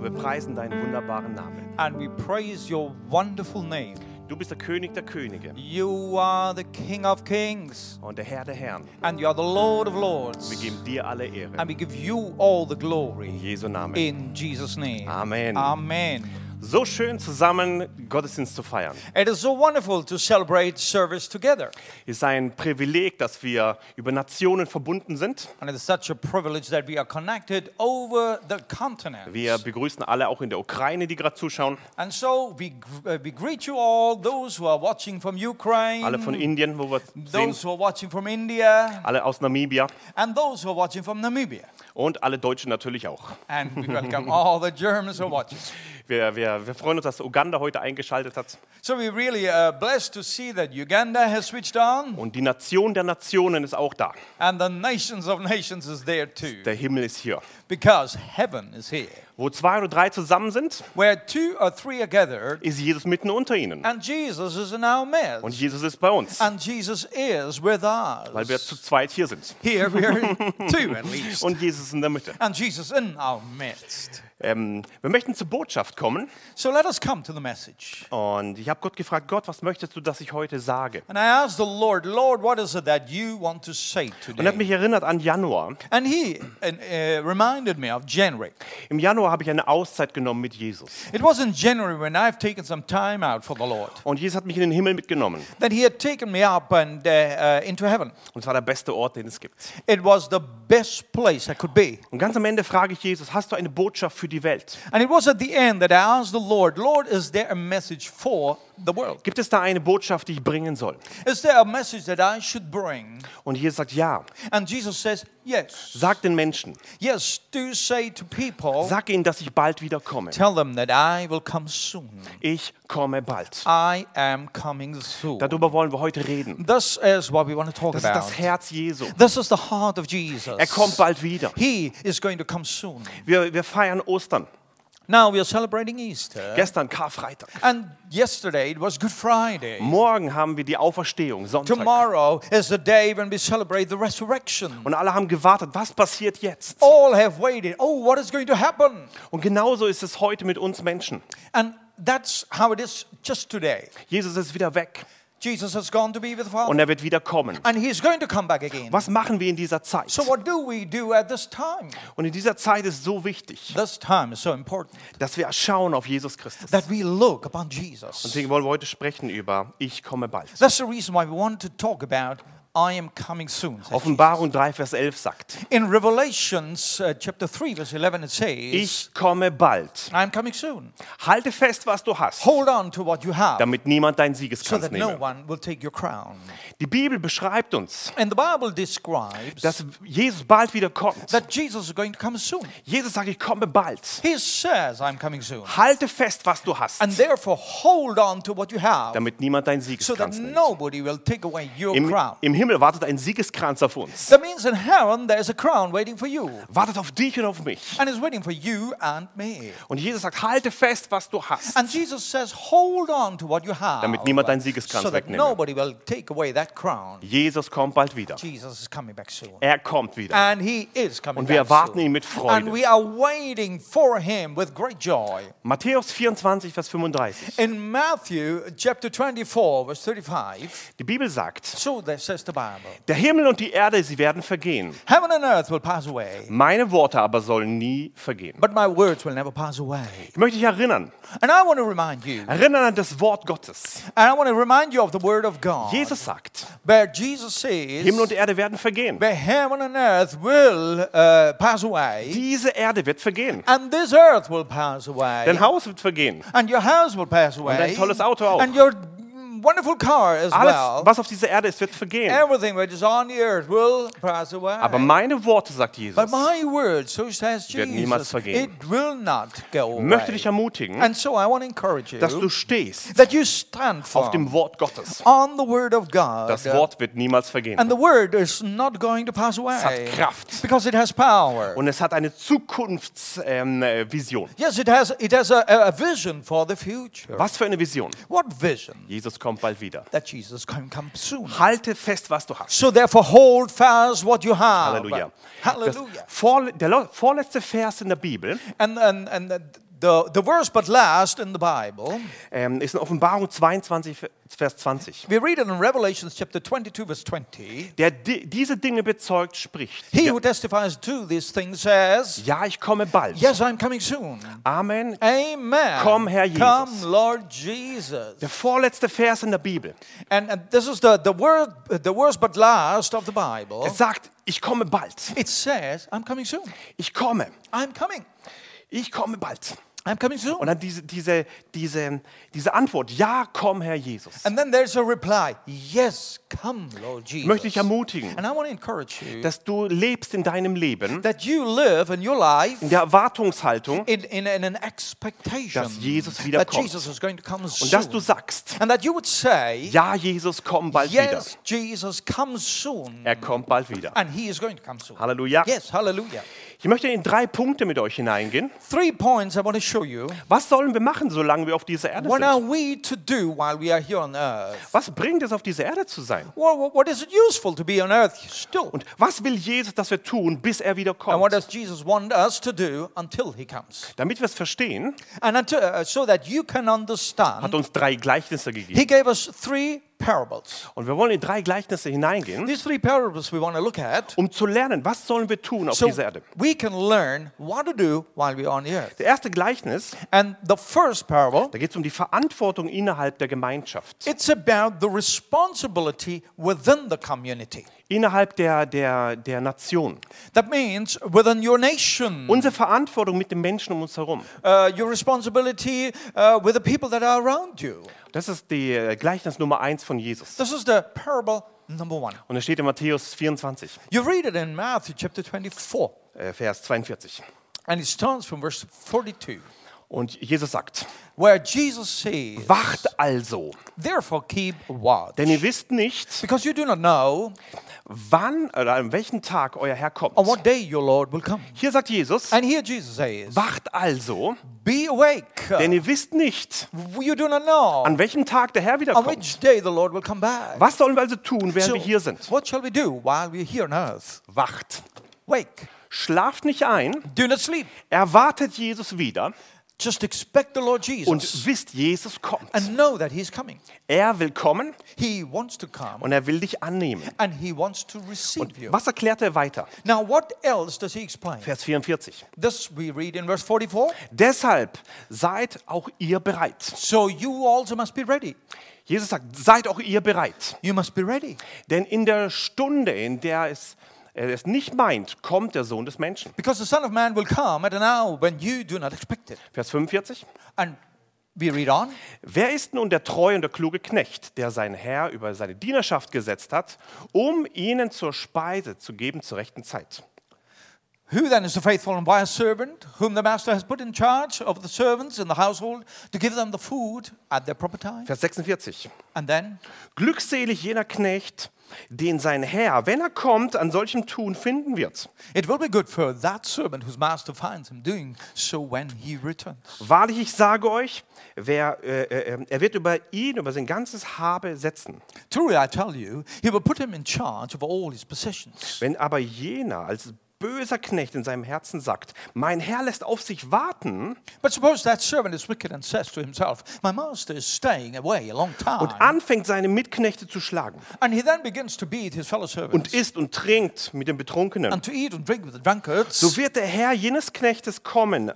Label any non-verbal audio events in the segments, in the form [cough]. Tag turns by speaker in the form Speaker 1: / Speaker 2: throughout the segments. Speaker 1: Wir preisen deinen wunderbaren Namen.
Speaker 2: and we praise your wonderful name.
Speaker 1: Du bist der König der Könige
Speaker 2: You are the King of Kings,
Speaker 1: und der Herr der Herren.
Speaker 2: and you are the Lord of
Speaker 1: Wir
Speaker 2: Lords.
Speaker 1: geben dir alle Ehre.
Speaker 2: And we give you all the
Speaker 1: In
Speaker 2: glory
Speaker 1: Jesu Namen.
Speaker 2: in Jesus' name.
Speaker 1: Amen.
Speaker 2: Amen.
Speaker 1: So schön zusammen Gottesdienst zu feiern.
Speaker 2: It is so wonderful to celebrate service together.
Speaker 1: Es ist ein Privileg, dass wir über Nationen verbunden sind.
Speaker 2: And it is such a privilege that we are connected over the continent.
Speaker 1: Wir begrüßen alle auch in der Ukraine, die gerade zuschauen.
Speaker 2: And so we, gr- uh, we greet you all, those who are watching from Ukraine,
Speaker 1: Alle von Indien, wo wir sehen.
Speaker 2: those who are watching from India,
Speaker 1: Alle aus Namibia
Speaker 2: and those who are watching from Namibia.
Speaker 1: und alle Deutschen natürlich auch.
Speaker 2: And we welcome all the Germans who are watching.
Speaker 1: Wir, wir, wir freuen uns, dass Uganda heute eingeschaltet hat.
Speaker 2: So we're really uh, blessed to see that Uganda has switched on,
Speaker 1: Und die Nation der Nationen ist auch da.
Speaker 2: and the nations of nations is there too,
Speaker 1: Der Himmel ist hier.
Speaker 2: because heaven is here.
Speaker 1: Wo zwei oder drei zusammen sind,
Speaker 2: Where two or three are gathered,
Speaker 1: ist Jesus mitten unter ihnen.
Speaker 2: and Jesus is in our midst,
Speaker 1: Und Jesus ist bei uns,
Speaker 2: and Jesus is with
Speaker 1: weil wir
Speaker 2: us.
Speaker 1: zu zweit hier sind.
Speaker 2: Here we are two at least,
Speaker 1: Und Jesus ist in der Mitte.
Speaker 2: and Jesus in our midst.
Speaker 1: Ähm, wir möchten zur Botschaft kommen.
Speaker 2: So let us come to the message.
Speaker 1: Und ich habe Gott gefragt, Gott, was möchtest du, dass ich heute sage?
Speaker 2: And I asked the Lord, Lord, what is it that you want to say
Speaker 1: Und er hat
Speaker 2: today?
Speaker 1: mich erinnert an Januar.
Speaker 2: And he uh, uh, reminded me of January.
Speaker 1: Im Januar habe ich eine Auszeit genommen mit Jesus.
Speaker 2: It was in January when I've taken some time out for the Lord.
Speaker 1: Und Jesus hat mich in den Himmel mitgenommen.
Speaker 2: That he had taken me up and uh, uh, into heaven.
Speaker 1: Und es war der beste Ort, den es gibt.
Speaker 2: It was the best place I could be.
Speaker 1: Und ganz am Ende frage ich Jesus, hast du eine Botschaft für die Welt?
Speaker 2: And it was at the end that I asked the Lord, Lord, is there a message for the world?
Speaker 1: Gibt es da eine Botschaft, die ich bringen soll?
Speaker 2: Is there a message that I should bring?
Speaker 1: Und Jesus sagt, ja.
Speaker 2: And Jesus says, Yes.
Speaker 1: Sag den Menschen,
Speaker 2: Yes, do say to people,
Speaker 1: sag ihnen, dass ich bald wieder komme.
Speaker 2: tell them that I will come soon.
Speaker 1: Ich komme bald.
Speaker 2: I am coming soon.
Speaker 1: Darüber wollen wir heute reden.
Speaker 2: This is what we want to talk
Speaker 1: Das ist
Speaker 2: about.
Speaker 1: das Herz Jesu.
Speaker 2: This is the heart of Jesus.
Speaker 1: Er kommt bald wieder.
Speaker 2: He is going to come soon.
Speaker 1: Wir, wir feiern Ostern.
Speaker 2: Now we are celebrating Easter.
Speaker 1: Gestern Karfreitag.
Speaker 2: And yesterday it was Good Friday.
Speaker 1: Morgen haben wir die Auferstehung, Sonntag.
Speaker 2: Tomorrow is the day when we celebrate the resurrection.
Speaker 1: Und alle haben gewartet, was passiert jetzt?
Speaker 2: All have waited. Oh, what is going to happen?
Speaker 1: Und genauso ist es heute mit uns Menschen.
Speaker 2: And that's how it is just today.
Speaker 1: Jesus ist wieder weg
Speaker 2: Jesus has gone to be with the
Speaker 1: und
Speaker 2: Father,
Speaker 1: er wird wieder kommen.
Speaker 2: and he's going to come back again.
Speaker 1: Was machen wir in dieser Zeit?
Speaker 2: So, what do we do at this time?
Speaker 1: Und in dieser Zeit ist so wichtig,
Speaker 2: This time is so important
Speaker 1: dass wir schauen auf Jesus Christus.
Speaker 2: that we look upon Jesus.
Speaker 1: Deswegen wollen wir heute sprechen über Ich komme bald.
Speaker 2: That's the reason why we want to talk about I am coming soon. said
Speaker 1: Offenbarung 3, Vers 11 sagt,
Speaker 2: Jesus. In Revelations uh, chapter 3, verse 11, it says,
Speaker 1: Ich komme bald.
Speaker 2: I'm coming soon.
Speaker 1: Halte fest, was du hast,
Speaker 2: Hold on to what you have
Speaker 1: damit niemand deinen
Speaker 2: so
Speaker 1: Siegeskranz
Speaker 2: that no
Speaker 1: nehme.
Speaker 2: one will take your crown.
Speaker 1: Die Bibel beschreibt uns,
Speaker 2: And the Bible describes
Speaker 1: dass Jesus bald wieder kommt.
Speaker 2: that Jesus is going to come soon.
Speaker 1: Jesus sagt, ich komme bald.
Speaker 2: He says, I'm coming soon.
Speaker 1: Halte fest, was du hast,
Speaker 2: And therefore, hold on to what you have
Speaker 1: damit niemand deinen
Speaker 2: so that
Speaker 1: Siegeskranz nimmt.
Speaker 2: nobody will take away your
Speaker 1: Im,
Speaker 2: crown.
Speaker 1: Im Himmel wartet ein Siegeskranz auf uns.
Speaker 2: That means in heaven, there's a crown waiting for you,
Speaker 1: Wartet auf dich und auf mich.
Speaker 2: and it's waiting for you and me.
Speaker 1: Und Jesus sagt, halte fest, was du hast.
Speaker 2: And Jesus says, hold on to what you have.
Speaker 1: Damit niemand deinen Siegeskranz
Speaker 2: so that
Speaker 1: wegnehme.
Speaker 2: nobody will take away that crown.
Speaker 1: Jesus kommt bald wieder.
Speaker 2: Jesus is coming back soon.
Speaker 1: Er kommt wieder.
Speaker 2: And he is coming
Speaker 1: Und wir
Speaker 2: back
Speaker 1: erwarten
Speaker 2: soon.
Speaker 1: ihn mit Freude.
Speaker 2: And we are waiting for him with great joy.
Speaker 1: Matthäus 24, Vers 35.
Speaker 2: In Matthew chapter 24, verse 35,
Speaker 1: Die Bibel sagt,
Speaker 2: so there says the Bible.
Speaker 1: der Himmel und die Erde, sie werden vergehen.
Speaker 2: Heaven and earth will pass away,
Speaker 1: Meine Worte aber sollen nie vergehen.
Speaker 2: but my words will never pass away.
Speaker 1: Ich möchte dich erinnern,
Speaker 2: And I want to remind you, and
Speaker 1: erinnern an das Wort Gottes.
Speaker 2: I want to remind you of the word of God,
Speaker 1: Jesus sagt,
Speaker 2: where Jesus says,
Speaker 1: Himmel und Erde werden vergehen.
Speaker 2: where heaven and earth will uh, pass away,
Speaker 1: Diese Erde wird vergehen.
Speaker 2: and this earth will pass away,
Speaker 1: Dein Haus wird vergehen.
Speaker 2: and your house will pass away,
Speaker 1: dein tolles Auto auch.
Speaker 2: and your wonderful car as well.
Speaker 1: Alles, was auf dieser Erde ist, wird vergehen.
Speaker 2: Everything which is on the earth will pass away.
Speaker 1: Aber meine Worte, sagt Jesus,
Speaker 2: But my word, so says
Speaker 1: Wird niemals
Speaker 2: Jesus,
Speaker 1: vergehen.
Speaker 2: it will not go
Speaker 1: möchte dich
Speaker 2: away.
Speaker 1: ermutigen,
Speaker 2: And so I want to encourage you
Speaker 1: dass du stehst
Speaker 2: that you stand
Speaker 1: auf
Speaker 2: firm
Speaker 1: dem Wort Gottes.
Speaker 2: on the word of Oh God.
Speaker 1: Das Wort wird niemals vergehen.
Speaker 2: And the word is not going to pass away.
Speaker 1: hat Kraft.
Speaker 2: Because it has power.
Speaker 1: Und es hat eine Zukunftsvision. Ähm, äh, Vision.
Speaker 2: yes, it has, it has a, a vision for the future.
Speaker 1: was für eine Vision?
Speaker 2: What vision?
Speaker 1: Jesus kommt bald wieder.
Speaker 2: That Jesus can come soon.
Speaker 1: Halte fest, was du hast.
Speaker 2: So therefore hold fast what you have.
Speaker 1: Halleluja.
Speaker 2: Hallelujah.
Speaker 1: Das vor, der lo- vorletzte Vers in der Bibel
Speaker 2: And, and, and The, the worst but last in the Bible,
Speaker 1: ähm, ist in Offenbarung 22, Vers 20.
Speaker 2: we read it in Revelation chapter 22, verse 20.
Speaker 1: Der di diese Dinge bezeugt, spricht.
Speaker 2: He
Speaker 1: Ja,
Speaker 2: who testifies to these things says,
Speaker 1: ja, ich komme bald.
Speaker 2: Yes, I'm coming soon.
Speaker 1: Amen.
Speaker 2: Amen.
Speaker 1: Komm, Herr
Speaker 2: Come,
Speaker 1: Jesus.
Speaker 2: Lord Jesus.
Speaker 1: Der vorletzte Vers in der Bibel.
Speaker 2: And, and this is the, the, word, the worst but last of the Bible.
Speaker 1: Es sagt, ich komme bald.
Speaker 2: It says, I'm coming soon.
Speaker 1: Ich komme.
Speaker 2: I'm coming.
Speaker 1: Ich komme bald.
Speaker 2: I'm coming
Speaker 1: Und
Speaker 2: soon.
Speaker 1: dann diese, diese, diese, diese Antwort, ja, komm, Herr Jesus.
Speaker 2: And then there's a reply. Yes, come, Lord Jesus.
Speaker 1: Möchte ich ermutigen,
Speaker 2: And I want to encourage you
Speaker 1: dass du lebst in deinem Leben,
Speaker 2: that you live in your life
Speaker 1: in der Erwartungshaltung
Speaker 2: in, in, in an expectation
Speaker 1: Dass Jesus
Speaker 2: that
Speaker 1: wiederkommt.
Speaker 2: Jesus is going to come soon.
Speaker 1: und dass du sagst,
Speaker 2: and that you would say,
Speaker 1: ja, Jesus, komm bald wieder.
Speaker 2: yes, Jesus comes soon.
Speaker 1: Er kommt bald wieder.
Speaker 2: And he is going to come soon.
Speaker 1: Halleluja.
Speaker 2: Yes, hallelujah.
Speaker 1: Ich möchte in drei Punkte mit euch hineingehen.
Speaker 2: Three points I want to show you.
Speaker 1: Was sollen wir machen, solange wir auf dieser Erde
Speaker 2: What are
Speaker 1: sind?
Speaker 2: we to do while we are here on earth?
Speaker 1: Was bringt es, auf dieser Erde zu sein?
Speaker 2: Wha- wha- what is it useful to be on earth still?
Speaker 1: Und was will Jesus, dass wir tun, bis er wieder
Speaker 2: And what
Speaker 1: kommt?
Speaker 2: does Jesus want us to do until he comes?
Speaker 1: Damit wir es verstehen,
Speaker 2: And until, uh, so that you can
Speaker 1: hat
Speaker 2: understand,
Speaker 1: uns drei Gleichnisse
Speaker 2: he
Speaker 1: gegeben.
Speaker 2: gave us three parables.
Speaker 1: Und wir wollen in drei Gleichnisse hineingehen,
Speaker 2: These three parables we want to look at
Speaker 1: um zu lernen, was sollen wir tun auf
Speaker 2: so
Speaker 1: dieser Erde.
Speaker 2: we can learn what to do while we're on the earth.
Speaker 1: Der erste Gleichnis,
Speaker 2: And the first parable,
Speaker 1: da geht es um die Verantwortung innerhalb der Gemeinschaft,
Speaker 2: it's about the responsibility within the community.
Speaker 1: innerhalb der, der, der Nation.
Speaker 2: That means within your nation,
Speaker 1: Unsere Verantwortung mit den Menschen um uns herum.
Speaker 2: uh, your responsibility uh, with the people that are around you.
Speaker 1: Das ist die äh, Gleichnis Nummer eins von Jesus.
Speaker 2: This is the parable number one.
Speaker 1: Und es steht in Matthäus 24,
Speaker 2: You read it in Matthew chapter 24,
Speaker 1: äh, Vers 42.
Speaker 2: and it starts from verse 42,
Speaker 1: Und Jesus sagt,
Speaker 2: where Jesus says,
Speaker 1: wacht also,
Speaker 2: Therefore keep watch,
Speaker 1: denn ihr wisst nicht,
Speaker 2: because you do not know
Speaker 1: wann oder an welchem Tag euer Herr kommt.
Speaker 2: on what day your Lord will come.
Speaker 1: Hier sagt Jesus,
Speaker 2: And here Jesus says,
Speaker 1: wacht also,
Speaker 2: Be awake,
Speaker 1: denn ihr wisst nicht,
Speaker 2: you do not know
Speaker 1: an welchem Tag der Herr
Speaker 2: on
Speaker 1: wiederkommt.
Speaker 2: which day the Lord will come back.
Speaker 1: Was sollen wir also tun, während
Speaker 2: So,
Speaker 1: wir hier sind?
Speaker 2: what shall we do while we're here on earth?
Speaker 1: Wacht.
Speaker 2: Wake,
Speaker 1: Schlaft nicht ein,
Speaker 2: do not sleep,
Speaker 1: erwartet Jesus wieder
Speaker 2: just expect the Lord Jesus.
Speaker 1: und wisst, Jesus kommt.
Speaker 2: and know that he's coming.
Speaker 1: Er will kommen
Speaker 2: He wants to come
Speaker 1: und er will dich annehmen.
Speaker 2: and he wants to receive you.
Speaker 1: Was erklärt er weiter?
Speaker 2: Now, what else does he explain?
Speaker 1: Vers 44.
Speaker 2: This we read in verse 44.
Speaker 1: Deshalb seid auch ihr bereit.
Speaker 2: So you also must be ready.
Speaker 1: Jesus sagt, seid auch ihr bereit.
Speaker 2: You must be ready
Speaker 1: Denn in der Stunde, in der es, er es nicht meint, kommt der Sohn des Menschen.
Speaker 2: because the Son of Man will come at an hour when you do not expect it.
Speaker 1: Vers 45.
Speaker 2: And we read on.
Speaker 1: Wer ist nun der treue und der kluge Knecht, der seinen Herr über seine Dienerschaft gesetzt hat, um ihnen zur Speise zu geben zur rechten Zeit?
Speaker 2: Who then is the faithful and wise servant whom the master has put in charge of the servants in the household to give them the food at their proper time?
Speaker 1: Vers 46.
Speaker 2: And then
Speaker 1: Glückselig jener Knecht, den sein Herr, wenn er kommt, an solchem Tun finden wird.
Speaker 2: it will be good for that servant whose master finds him doing so when he returns.
Speaker 1: Wahrlich, ich sage euch, wer, äh, äh, äh, er wird über ihn, über sein ganzes Habe setzen.
Speaker 2: Truly, I tell you, he will put him in charge of all his possessions.
Speaker 1: Wenn aber jener als böser Knecht in seinem Herzen sagt, mein Herr lässt auf sich warten
Speaker 2: But suppose that servant is wicked and says to himself, My master is staying away a long time.
Speaker 1: und anfängt, seine Mitknechte zu schlagen
Speaker 2: and he then begins to beat his fellow servants
Speaker 1: und isst und trinkt mit den Betrunkenen,
Speaker 2: and to eat and drink with the drunkards.
Speaker 1: so wird der Herr jenes Knechtes kommen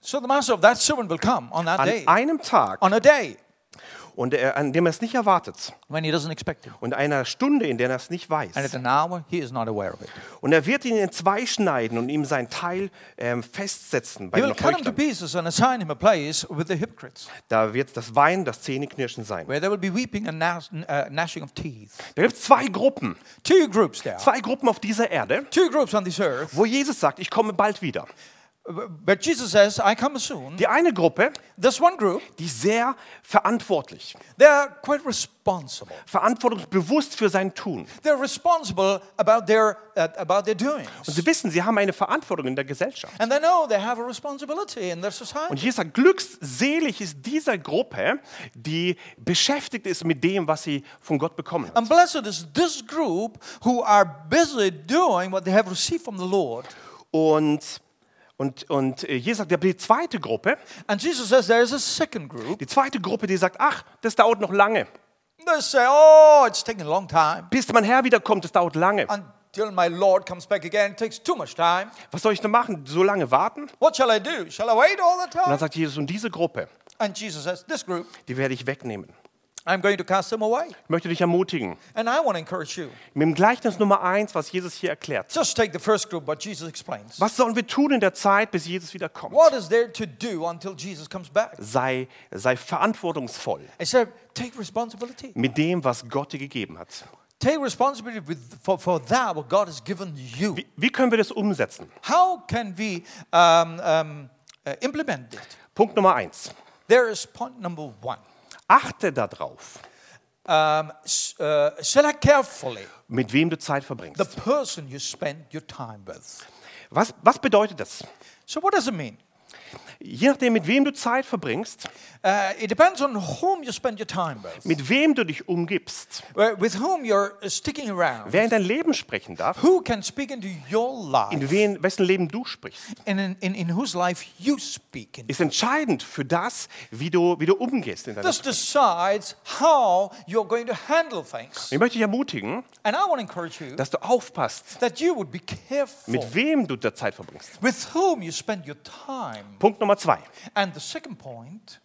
Speaker 2: so the master of that servant will come on that
Speaker 1: an
Speaker 2: day,
Speaker 1: einem Tag,
Speaker 2: on a day
Speaker 1: und er, an dem er es nicht erwartet
Speaker 2: when he doesn't expect it.
Speaker 1: und einer Stunde, in der er es nicht
Speaker 2: And at
Speaker 1: weiß.
Speaker 2: an hour, he is not aware of it.
Speaker 1: Und er wird ihn in zwei schneiden und ihm sein Teil ähm, festsetzen
Speaker 2: He
Speaker 1: bei
Speaker 2: will
Speaker 1: den
Speaker 2: cut him to
Speaker 1: Heuchlern.
Speaker 2: pieces and assign him a place with the hypocrites,
Speaker 1: Da wird das Weinen, das Zähneknirschen sein.
Speaker 2: where there will be weeping and gnash, uh, gnashing of teeth.
Speaker 1: Da gibt es zwei Gruppen,
Speaker 2: Two groups there,
Speaker 1: zwei Gruppen auf dieser Erde,
Speaker 2: two groups on this earth.
Speaker 1: wo Jesus sagt, ich komme bald wieder.
Speaker 2: But Jesus says, I come soon.
Speaker 1: Die eine Gruppe,
Speaker 2: This one group,
Speaker 1: die sehr verantwortlich,
Speaker 2: they are quite responsible.
Speaker 1: verantwortungsbewusst für sein Tun.
Speaker 2: They're responsible about their, uh, about their doings.
Speaker 1: Und sie wissen, sie haben eine Verantwortung in der Gesellschaft.
Speaker 2: And they know they have a responsibility in their
Speaker 1: Und
Speaker 2: society.
Speaker 1: Jesus sagt, glückselig ist dieser Gruppe, die beschäftigt ist mit dem, was sie von Gott bekommen hat.
Speaker 2: And blessed is this group who are busy doing what they have received from the Lord.
Speaker 1: Und, Und, und äh, hier sagt er, aber die zweite Gruppe,
Speaker 2: And Jesus says there is a second group.
Speaker 1: die zweite Gruppe, die sagt, ach, das dauert noch lange.
Speaker 2: They say, oh, it's taking a long time.
Speaker 1: Bis mein Herr wiederkommt, das dauert lange.
Speaker 2: Until my Lord comes back again, it takes too much time.
Speaker 1: Was soll ich denn machen? So lange warten? Und
Speaker 2: What shall I do? Shall I wait all the
Speaker 1: dann
Speaker 2: time?
Speaker 1: sagt Jesus, und diese Gruppe,
Speaker 2: And Jesus says, this group,
Speaker 1: die werde ich wegnehmen.
Speaker 2: I'm going to cast them away.
Speaker 1: Ich möchte dich ermutigen.
Speaker 2: And I want to encourage you.
Speaker 1: Mit dem Gleichnis Nummer eins, was Jesus hier erklärt.
Speaker 2: Just take the first group, what Jesus explains.
Speaker 1: Was sollen wir tun in der Zeit, bis Jesus wiederkommt?
Speaker 2: What is there to do until Jesus comes back?
Speaker 1: Sei, sei verantwortungsvoll
Speaker 2: I said, take responsibility.
Speaker 1: mit dem, was Gott dir gegeben hat.
Speaker 2: Take responsibility with, for, for that what God has given you.
Speaker 1: Wie, wie können wir das umsetzen?
Speaker 2: How can we um, um, uh, implement it?
Speaker 1: Punkt Nummer eins.
Speaker 2: There is point number one.
Speaker 1: Achte darauf,
Speaker 2: Um, s- uh, select carefully
Speaker 1: mit wem du Zeit
Speaker 2: the
Speaker 1: verbringst.
Speaker 2: person you spend your time with.
Speaker 1: Was, was bedeutet das?
Speaker 2: So what does it mean?
Speaker 1: Je nachdem, mit wem du Zeit verbringst,
Speaker 2: Uh, it depends on whom you spend your time with,
Speaker 1: mit wem du dich umgibst,
Speaker 2: where- with whom you're uh, sticking around,
Speaker 1: wer in dein Leben sprechen darf,
Speaker 2: who can speak into your life,
Speaker 1: in wen, wessen Leben du sprichst,
Speaker 2: and in, in, in whose life you speak into.
Speaker 1: ist entscheidend für das, wie du, wie du umgehst in deinem
Speaker 2: This decides how you're going to handle things.
Speaker 1: Ich möchte dich ermutigen,
Speaker 2: And I want to encourage you
Speaker 1: dass du aufpasst,
Speaker 2: that you would be careful
Speaker 1: mit wem du da Zeit verbringst.
Speaker 2: with whom you spend your time.
Speaker 1: Punkt Nummer zwei.
Speaker 2: And the second point,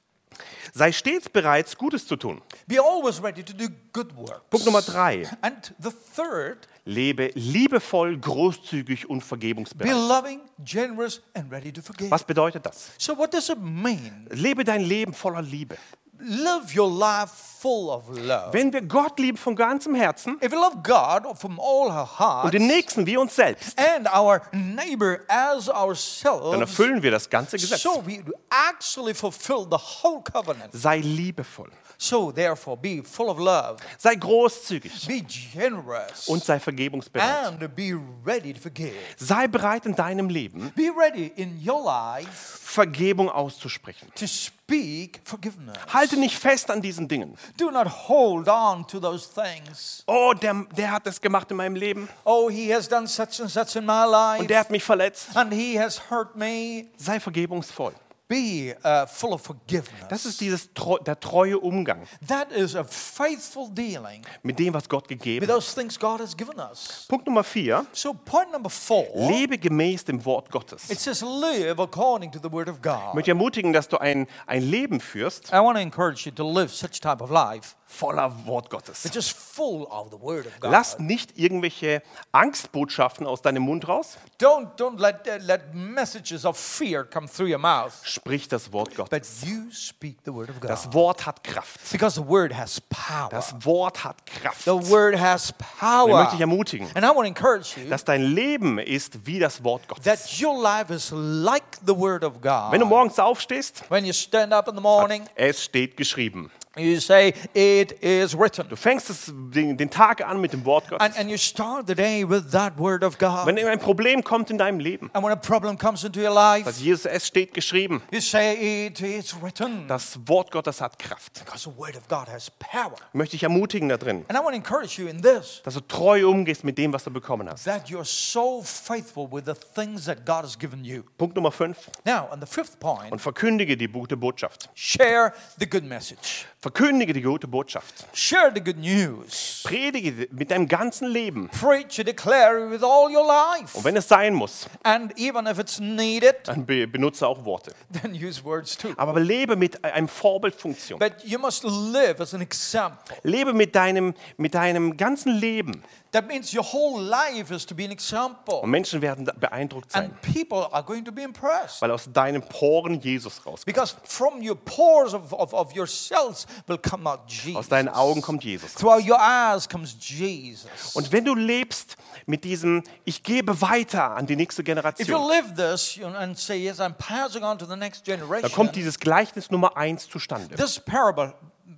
Speaker 1: Sei stets bereit, Gutes zu tun.
Speaker 2: be always ready to do good works.
Speaker 1: Punkt Nummer drei.
Speaker 2: And the third,
Speaker 1: Lebe liebevoll, großzügig und
Speaker 2: be
Speaker 1: vergebungsbereit.
Speaker 2: loving, generous, and ready to forgive.
Speaker 1: Was bedeutet das?
Speaker 2: So, what does it mean?
Speaker 1: Lebe dein Leben voller Liebe.
Speaker 2: Live your life full of love.
Speaker 1: Wenn wir Gott lieben von ganzem Herzen
Speaker 2: If we love God from all our
Speaker 1: und
Speaker 2: heart
Speaker 1: den Nächsten wie uns selbst,
Speaker 2: and our neighbor as
Speaker 1: dann
Speaker 2: ourselves,
Speaker 1: erfüllen wir das ganze Gesetz.
Speaker 2: so we actually fulfill the whole covenant.
Speaker 1: Sei liebevoll,
Speaker 2: So, therefore, be full of love,
Speaker 1: sei großzügig
Speaker 2: be generous,
Speaker 1: und sei vergebungsbereit.
Speaker 2: and be ready to forgive.
Speaker 1: Sei bereit in deinem Leben
Speaker 2: Be ready in your life
Speaker 1: Vergebung auszusprechen.
Speaker 2: to speak forgiveness.
Speaker 1: Halte nicht fest an diesen Dingen.
Speaker 2: Do not hold on to those things.
Speaker 1: Oh, der, der hat das gemacht in meinem Leben
Speaker 2: Oh, he has done such and such in my
Speaker 1: und
Speaker 2: life,
Speaker 1: der hat mich verletzt.
Speaker 2: and he has hurt me.
Speaker 1: Sei vergebungsvoll.
Speaker 2: Be uh, full of forgiveness.
Speaker 1: Das ist dieses treu, der treue Umgang
Speaker 2: That is a faithful dealing
Speaker 1: mit dem, was Gott
Speaker 2: with
Speaker 1: gegeben hat.
Speaker 2: those things God has given us.
Speaker 1: Punkt Nummer vier.
Speaker 2: So, point number four
Speaker 1: Lebe gemäß dem Wort Gottes.
Speaker 2: it says, live according to the word of
Speaker 1: Ich
Speaker 2: God.
Speaker 1: möchte ermutigen, dass du ein, ein Leben führst
Speaker 2: I want to encourage you to live such type of life,
Speaker 1: voller Wort Gottes.
Speaker 2: which is full of the word of God.
Speaker 1: Lass nicht irgendwelche Angstbotschaften aus deinem Mund raus.
Speaker 2: Don't, don't let, uh, let messages of fear come through your mouth,
Speaker 1: Sprich das Wort Gottes.
Speaker 2: but you speak the word of God.
Speaker 1: Das Wort hat Kraft.
Speaker 2: because the word has power.
Speaker 1: Das Wort hat Kraft.
Speaker 2: the
Speaker 1: Und
Speaker 2: word has
Speaker 1: Ich
Speaker 2: power.
Speaker 1: möchte dich ermutigen,
Speaker 2: And I want to encourage you
Speaker 1: dass dein Leben ist wie das Wort Gottes.
Speaker 2: that your life is like the word of God.
Speaker 1: Wenn du morgens aufstehst,
Speaker 2: when you stand up in the morning,
Speaker 1: es steht geschrieben.
Speaker 2: you say, It is written.
Speaker 1: Du fängst es, den, den Tag an mit dem Wort Gottes.
Speaker 2: And, and you start the day with that word of God.
Speaker 1: Wenn ein Problem kommt in deinem Leben,
Speaker 2: and when a problem comes into your
Speaker 1: dass
Speaker 2: life,
Speaker 1: Jesus, es steht geschrieben,
Speaker 2: you say, It is written.
Speaker 1: das Wort Gottes hat Kraft.
Speaker 2: Because the word of God has power.
Speaker 1: Ich möchte dich ermutigen da drin,
Speaker 2: And I want to encourage you in this
Speaker 1: dass du treu umgehst mit dem, was du bekommen hast.
Speaker 2: that you're so faithful with the things that God has given you.
Speaker 1: Punkt Nummer 5.
Speaker 2: Now, on the fifth point,
Speaker 1: Und verkündige die gute Botschaft.
Speaker 2: share the good message.
Speaker 1: Verkündige die gute Botschaft.
Speaker 2: Share the good news.
Speaker 1: Predige mit deinem ganzen Leben.
Speaker 2: Preach and declare it with all your life.
Speaker 1: Und wenn es sein muss,
Speaker 2: And even if it's needed, [laughs]
Speaker 1: dann be benutze auch Worte.
Speaker 2: then use words too.
Speaker 1: Aber lebe mit einem Vorbildfunktion.
Speaker 2: But you must live as an example.
Speaker 1: Lebe mit deinem, mit deinem ganzen Leben.
Speaker 2: That means your whole life is to be an
Speaker 1: Und
Speaker 2: example.
Speaker 1: Menschen werden da- beeindruckt sein,
Speaker 2: And people are going to be impressed.
Speaker 1: weil aus deinen Poren Jesus rauskommt.
Speaker 2: Because from your pores of, of, of yourselves will come out Jesus.
Speaker 1: Aus deinen Augen kommt Jesus.
Speaker 2: Throughout your eyes comes Jesus.
Speaker 1: Und wenn du lebst mit diesem, ich gebe weiter an die nächste
Speaker 2: If you
Speaker 1: Generation,
Speaker 2: live this you know, and say, Yes, I'm passing on to the next
Speaker 1: dann kommt
Speaker 2: generation,
Speaker 1: dieses Gleichnis Nummer eins zustande,
Speaker 2: this parable,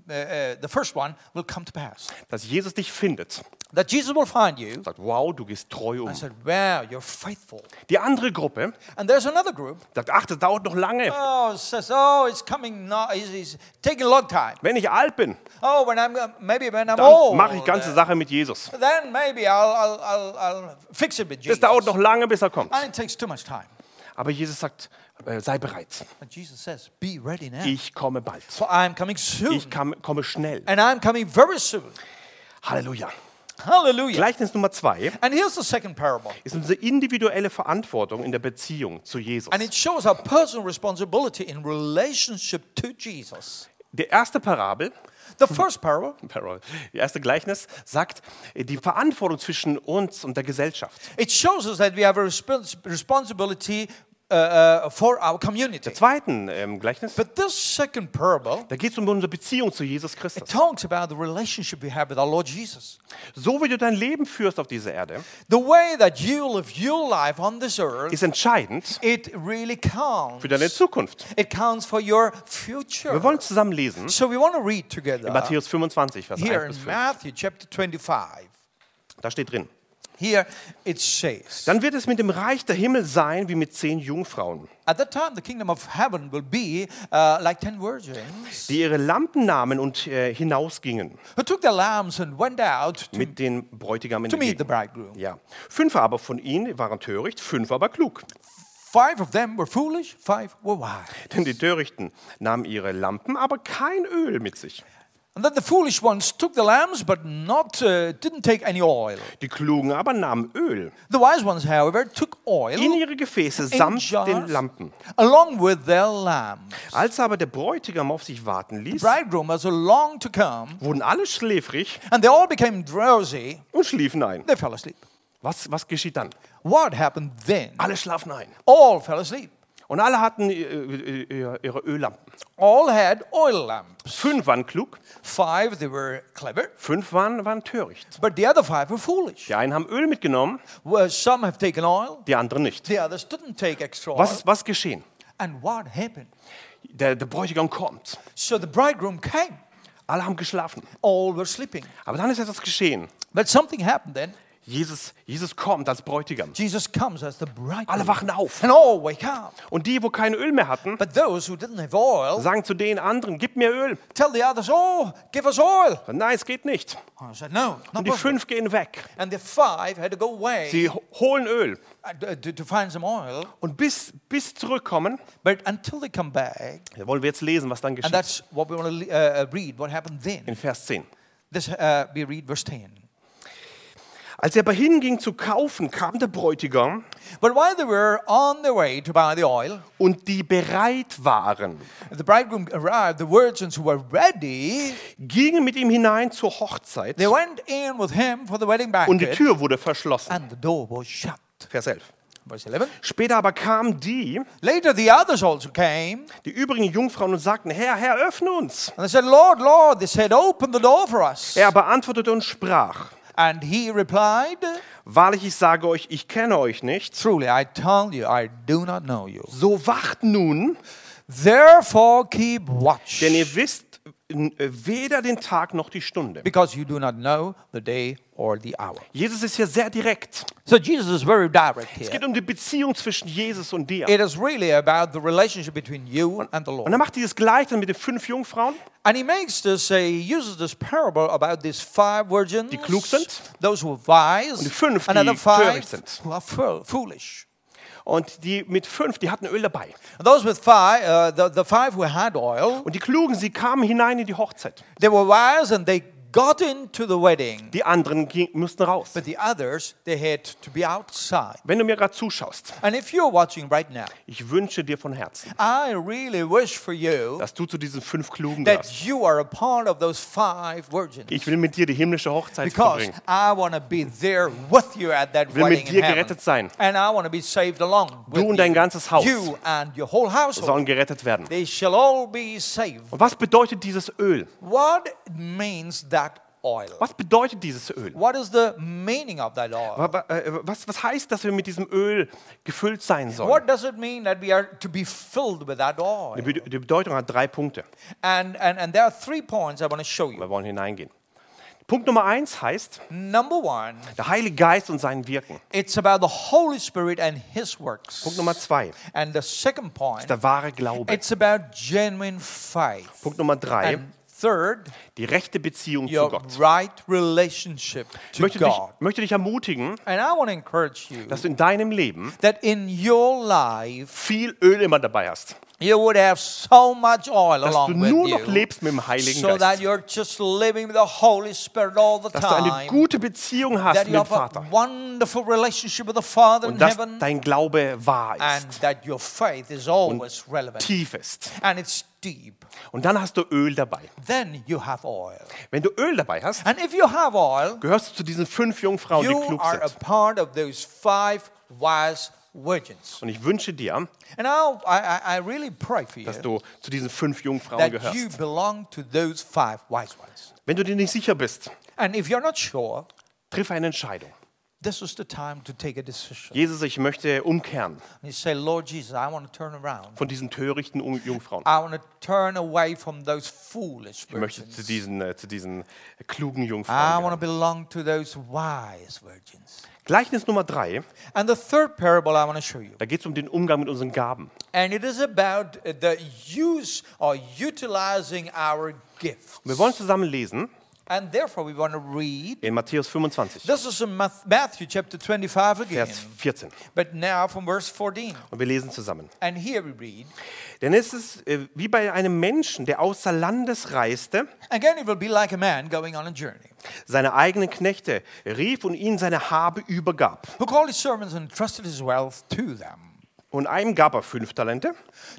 Speaker 2: uh, uh, the first one, will come to pass.
Speaker 1: dass Jesus dich findet.
Speaker 2: That Jesus will find you.
Speaker 1: Sagt, wow, du gehst treu
Speaker 2: I
Speaker 1: um.
Speaker 2: said, Wow, you're faithful.
Speaker 1: Die andere Gruppe
Speaker 2: And there's another group.
Speaker 1: sagt, ach, das dauert noch lange.
Speaker 2: Oh, says, oh, it's coming now. It's, it's taking a long time.
Speaker 1: Wenn ich alt bin,
Speaker 2: Oh, when I'm uh, maybe when I'm
Speaker 1: dann
Speaker 2: old,
Speaker 1: mache ich ganze Sache mit Jesus.
Speaker 2: uh, then maybe I'll, I'll, I'll, I'll fix it with
Speaker 1: Das
Speaker 2: Jesus.
Speaker 1: dauert noch lange, bis er kommt.
Speaker 2: And it takes too much time.
Speaker 1: Aber Jesus sagt, äh, sei bereit.
Speaker 2: And Jesus says, Be ready now.
Speaker 1: Ich komme bald.
Speaker 2: For I am coming soon.
Speaker 1: Ich kam, komme schnell.
Speaker 2: And I'm coming very soon.
Speaker 1: Halleluja.
Speaker 2: Hallelujah.
Speaker 1: Gleichnis Nummer zwei
Speaker 2: And here's the second parable.
Speaker 1: ist unsere individuelle Verantwortung in der Beziehung zu Jesus.
Speaker 2: And it shows our personal responsibility in relationship to Jesus.
Speaker 1: Der erste Parabel,
Speaker 2: The first parable
Speaker 1: Parabel, die erste Gleichnis sagt äh, die Verantwortung zwischen uns und der Gesellschaft.
Speaker 2: It shows us that we have a respons- responsibility uh, uh, for our community.
Speaker 1: Im zweiten ähm, Gleichnis,
Speaker 2: But this second parable
Speaker 1: da geht es um unsere Beziehung zu Jesus Christus.
Speaker 2: talks about the relationship we have with our Lord Jesus.
Speaker 1: So wie du dein Leben führst auf dieser Erde,
Speaker 2: The way that you live your life on this earth,
Speaker 1: ist entscheidend
Speaker 2: it really counts.
Speaker 1: für deine Zukunft.
Speaker 2: It counts for your
Speaker 1: Wir
Speaker 2: future.
Speaker 1: wollen zusammen lesen,
Speaker 2: So we want to read together
Speaker 1: Matthäus 25, Vers 1
Speaker 2: here
Speaker 1: bis
Speaker 2: in
Speaker 1: 5.
Speaker 2: Matthew chapter 25.
Speaker 1: Da steht drin,
Speaker 2: Here it says,
Speaker 1: dann wird es mit dem Reich der Himmel sein wie mit zehn Jungfrauen,
Speaker 2: At that time, the kingdom of heaven will be uh, like ten virgins
Speaker 1: die ihre Lampen nahmen und äh, hinausgingen
Speaker 2: who took their lamps and went out to,
Speaker 1: mit dem Bräutigam in
Speaker 2: to
Speaker 1: die
Speaker 2: meet the
Speaker 1: Gegend.
Speaker 2: bridegroom.
Speaker 1: Ja. Fünf aber von ihnen waren töricht, fünf aber klug.
Speaker 2: Five of them were foolish, five were wise.
Speaker 1: Denn die Törichten nahmen ihre Lampen, aber kein Öl mit sich.
Speaker 2: And then the foolish ones took the lambs, but not uh, didn't take any oil.
Speaker 1: Die Klugen aber nahmen Öl
Speaker 2: The wise ones, however, took
Speaker 1: in
Speaker 2: oil
Speaker 1: ihre Gefäße
Speaker 2: in
Speaker 1: samt
Speaker 2: jars
Speaker 1: den Lampen.
Speaker 2: along with their lamb.
Speaker 1: Als aber der Bräutigam auf sich warten ließ,
Speaker 2: Bridegroom was long to come,
Speaker 1: wurden alle schläfrig
Speaker 2: and they all became drowsy.
Speaker 1: und schliefen ein.
Speaker 2: They fell asleep.
Speaker 1: Was, was geschieht dann?
Speaker 2: What happened then?
Speaker 1: Alle schlafen ein.
Speaker 2: All fell asleep.
Speaker 1: Und alle hatten äh, äh, ihre Öllampen.
Speaker 2: All had oil lamps.
Speaker 1: Fünf waren klug,
Speaker 2: Five, they were clever,
Speaker 1: fünf waren, waren töricht.
Speaker 2: but the other five were foolish.
Speaker 1: Die einen haben Öl mitgenommen,
Speaker 2: Well, some have taken oil,
Speaker 1: die anderen nicht.
Speaker 2: the others didn't take extra oil.
Speaker 1: Was, ist- was geschehen?
Speaker 2: And what happened?
Speaker 1: Der, der Bräutigam kommt.
Speaker 2: So the bridegroom came.
Speaker 1: Alle haben geschlafen.
Speaker 2: All were sleeping.
Speaker 1: Aber dann ist etwas geschehen.
Speaker 2: But something happened then.
Speaker 1: Jesus, Jesus kommt als Bräutigam.
Speaker 2: Jesus comes as the
Speaker 1: Alle
Speaker 2: bridegroom.
Speaker 1: wachen auf.
Speaker 2: And all wake up.
Speaker 1: Und die, wo kein Öl mehr hatten,
Speaker 2: But those who didn't have oil
Speaker 1: sagen zu den anderen, gib mir Öl.
Speaker 2: tell the others, oh, give us oil.
Speaker 1: Nein, es geht nicht.
Speaker 2: And I said, no, not
Speaker 1: Und die
Speaker 2: possible.
Speaker 1: fünf gehen weg.
Speaker 2: And the five had to go away
Speaker 1: Sie ho- holen Öl.
Speaker 2: uh, to, to find some oil.
Speaker 1: Und bis, bis zurückkommen,
Speaker 2: But until they come back,
Speaker 1: da wollen wir jetzt lesen, was dann
Speaker 2: and
Speaker 1: geschieht.
Speaker 2: that's what we want to uh, read, what happened then.
Speaker 1: In Vers 10.
Speaker 2: This, uh, we read verse 10.
Speaker 1: Als er aber hinging zu kaufen, kam der Bräutigam
Speaker 2: But while they were on their way to buy the oil,
Speaker 1: und die bereit waren,
Speaker 2: the bridegroom arrived, the virgins who were ready,
Speaker 1: gingen mit ihm hinein zur Hochzeit
Speaker 2: they went in with him for the wedding
Speaker 1: und die
Speaker 2: banquet,
Speaker 1: Tür wurde verschlossen.
Speaker 2: and the door was shut.
Speaker 1: Vers 11.
Speaker 2: Verse
Speaker 1: [laughs]
Speaker 2: 11.
Speaker 1: Später aber kamen die,
Speaker 2: Later the others also came,
Speaker 1: die übrigen Jungfrauen und sagten, Herr, Herr, öffne uns.
Speaker 2: and they said, Lord, Lord, they said, open the door for us.
Speaker 1: Er beantwortete und sprach,
Speaker 2: And he replied,
Speaker 1: wahrlich, ich sage euch, ich kenne euch nicht.
Speaker 2: Truly, I tell you, I do not know you.
Speaker 1: So wacht nun,
Speaker 2: Therefore keep watch,
Speaker 1: denn ihr wisst n- äh, weder den Tag noch die Stunde.
Speaker 2: because you do not know the day or the hour.
Speaker 1: Jesus ist hier sehr direkt.
Speaker 2: So Jesus is very direct
Speaker 1: Es
Speaker 2: here.
Speaker 1: geht um die Beziehung zwischen Jesus und dir.
Speaker 2: It is really about the relationship between you and the Lord.
Speaker 1: Und er macht dieses Gleichnis mit den fünf Jungfrauen.
Speaker 2: And he makes this, uh, he uses this parable about these five virgins,
Speaker 1: Die klug sind.
Speaker 2: those who are wise,
Speaker 1: die fünf, die
Speaker 2: another five
Speaker 1: töricht sind.
Speaker 2: who are fool- foolish.
Speaker 1: Und die mit fünf, die hatten Öl dabei.
Speaker 2: And those with five, uh, the, the five who had oil,
Speaker 1: Und die Klugen, sie kamen hinein in die Hochzeit.
Speaker 2: they were wise and they got into the wedding.
Speaker 1: Die anderen ging, mussten raus.
Speaker 2: But the others, they had to be outside.
Speaker 1: Wenn du mir gerade zuschaust,
Speaker 2: And if you're watching right now,
Speaker 1: ich wünsche dir von Herzen,
Speaker 2: I really wish for you
Speaker 1: dass du zu diesen fünf Klugen gehörst.
Speaker 2: that you are a part of those five virgins.
Speaker 1: Ich will mit dir die himmlische Hochzeit
Speaker 2: Because
Speaker 1: verbringen.
Speaker 2: I want to be there with you at that
Speaker 1: will mit
Speaker 2: wedding
Speaker 1: dir
Speaker 2: in heaven.
Speaker 1: gerettet sein.
Speaker 2: And I want to be saved along with
Speaker 1: und dein
Speaker 2: you.
Speaker 1: ganzes Haus
Speaker 2: You and your whole household.
Speaker 1: Sollen gerettet werden.
Speaker 2: They shall all be saved.
Speaker 1: Und was bedeutet dieses Öl?
Speaker 2: What means that oil?
Speaker 1: Was bedeutet dieses Öl?
Speaker 2: What is the meaning of that oil?
Speaker 1: Wa- wa- äh, Was, was heißt, dass wir mit diesem Öl gefüllt sein sollen?
Speaker 2: What does it mean that we are to be filled with that
Speaker 1: Die
Speaker 2: oil?
Speaker 1: Be- die Bedeutung hat drei Punkte.
Speaker 2: And, and, and there are three points I want to show you.
Speaker 1: Wir wollen hineingehen. Punkt Nummer eins heißt,
Speaker 2: Number one,
Speaker 1: der Heilige Geist und sein Wirken.
Speaker 2: it's about the Holy Spirit and His works.
Speaker 1: Punkt Nummer zwei,
Speaker 2: And the second point,
Speaker 1: der wahre Glaube.
Speaker 2: it's about genuine faith.
Speaker 1: Punkt Nummer drei,
Speaker 2: And Third,
Speaker 1: Die rechte Beziehung zu
Speaker 2: your
Speaker 1: Gott.
Speaker 2: right relationship
Speaker 1: Ich
Speaker 2: to
Speaker 1: möchte dich,
Speaker 2: God.
Speaker 1: möchte dich ermutigen,
Speaker 2: And I want to encourage you
Speaker 1: dass du in deinem Leben
Speaker 2: that in your life
Speaker 1: viel Öl immer dabei hast.
Speaker 2: you would have so much oil
Speaker 1: Dass du
Speaker 2: along with
Speaker 1: nur noch
Speaker 2: you
Speaker 1: lebst mit dem Heiligen
Speaker 2: so that
Speaker 1: Geist.
Speaker 2: you're just living with the Holy Spirit all the
Speaker 1: Dass du eine
Speaker 2: time.
Speaker 1: gute Beziehung hast
Speaker 2: That
Speaker 1: mit
Speaker 2: you
Speaker 1: dem
Speaker 2: have a
Speaker 1: Vater.
Speaker 2: wonderful relationship with the Father in
Speaker 1: Und dass
Speaker 2: heaven
Speaker 1: dein Glaube wahr
Speaker 2: and
Speaker 1: ist,
Speaker 2: that your faith is always relevant
Speaker 1: tief ist.
Speaker 2: and it's deep.
Speaker 1: Und dann hast du Öl dabei.
Speaker 2: Then you have oil.
Speaker 1: Wenn du Öl dabei hast,
Speaker 2: And if you have oil,
Speaker 1: gehörst du zu diesen fünf Jungfrauen, die
Speaker 2: you
Speaker 1: klug
Speaker 2: are a
Speaker 1: sind.
Speaker 2: part of those five wise virgins.
Speaker 1: Und ich wünsche dir,
Speaker 2: And I, I, I really pray for you
Speaker 1: dass du zu diesen fünf Jungfrauen
Speaker 2: that you
Speaker 1: gehörst.
Speaker 2: belong to those five wise ones.
Speaker 1: Wenn du dir nicht sicher bist,
Speaker 2: And if you're not sure,
Speaker 1: triff eine Entscheidung.
Speaker 2: this is the time to take a decision.
Speaker 1: Jesus, ich möchte umkehren
Speaker 2: And you say, Lord Jesus, I want to turn around.
Speaker 1: von diesen törichten Un- Jungfrauen.
Speaker 2: I want to turn away from those foolish
Speaker 1: Ich möchte zu
Speaker 2: virgins.
Speaker 1: diesen, äh, zu diesen klugen
Speaker 2: I
Speaker 1: Jungfrauen.
Speaker 2: want to
Speaker 1: Gehören.
Speaker 2: belong to those wise virgins.
Speaker 1: Gleichnis Nummer drei,
Speaker 2: And the third parable I want to show you.
Speaker 1: da geht es um den Umgang mit unseren Gaben.
Speaker 2: And it is about the use or utilizing our gifts.
Speaker 1: Wir wollen zusammen lesen
Speaker 2: And therefore, we want to read.
Speaker 1: in Matthäus 25,
Speaker 2: This is in Math- Matthew chapter 25 again,
Speaker 1: Vers 14.
Speaker 2: but now from verse 14.
Speaker 1: Und wir lesen zusammen.
Speaker 2: And here we read.
Speaker 1: Denn es ist äh, wie bei einem Menschen, der außer Landes reiste,
Speaker 2: Again, it will be like a man going on a journey
Speaker 1: seine eigenen Knechte rief und ihnen seine Habe übergab.
Speaker 2: who called his servants and trusted his wealth to them.
Speaker 1: Und einem gab er fünf Talente,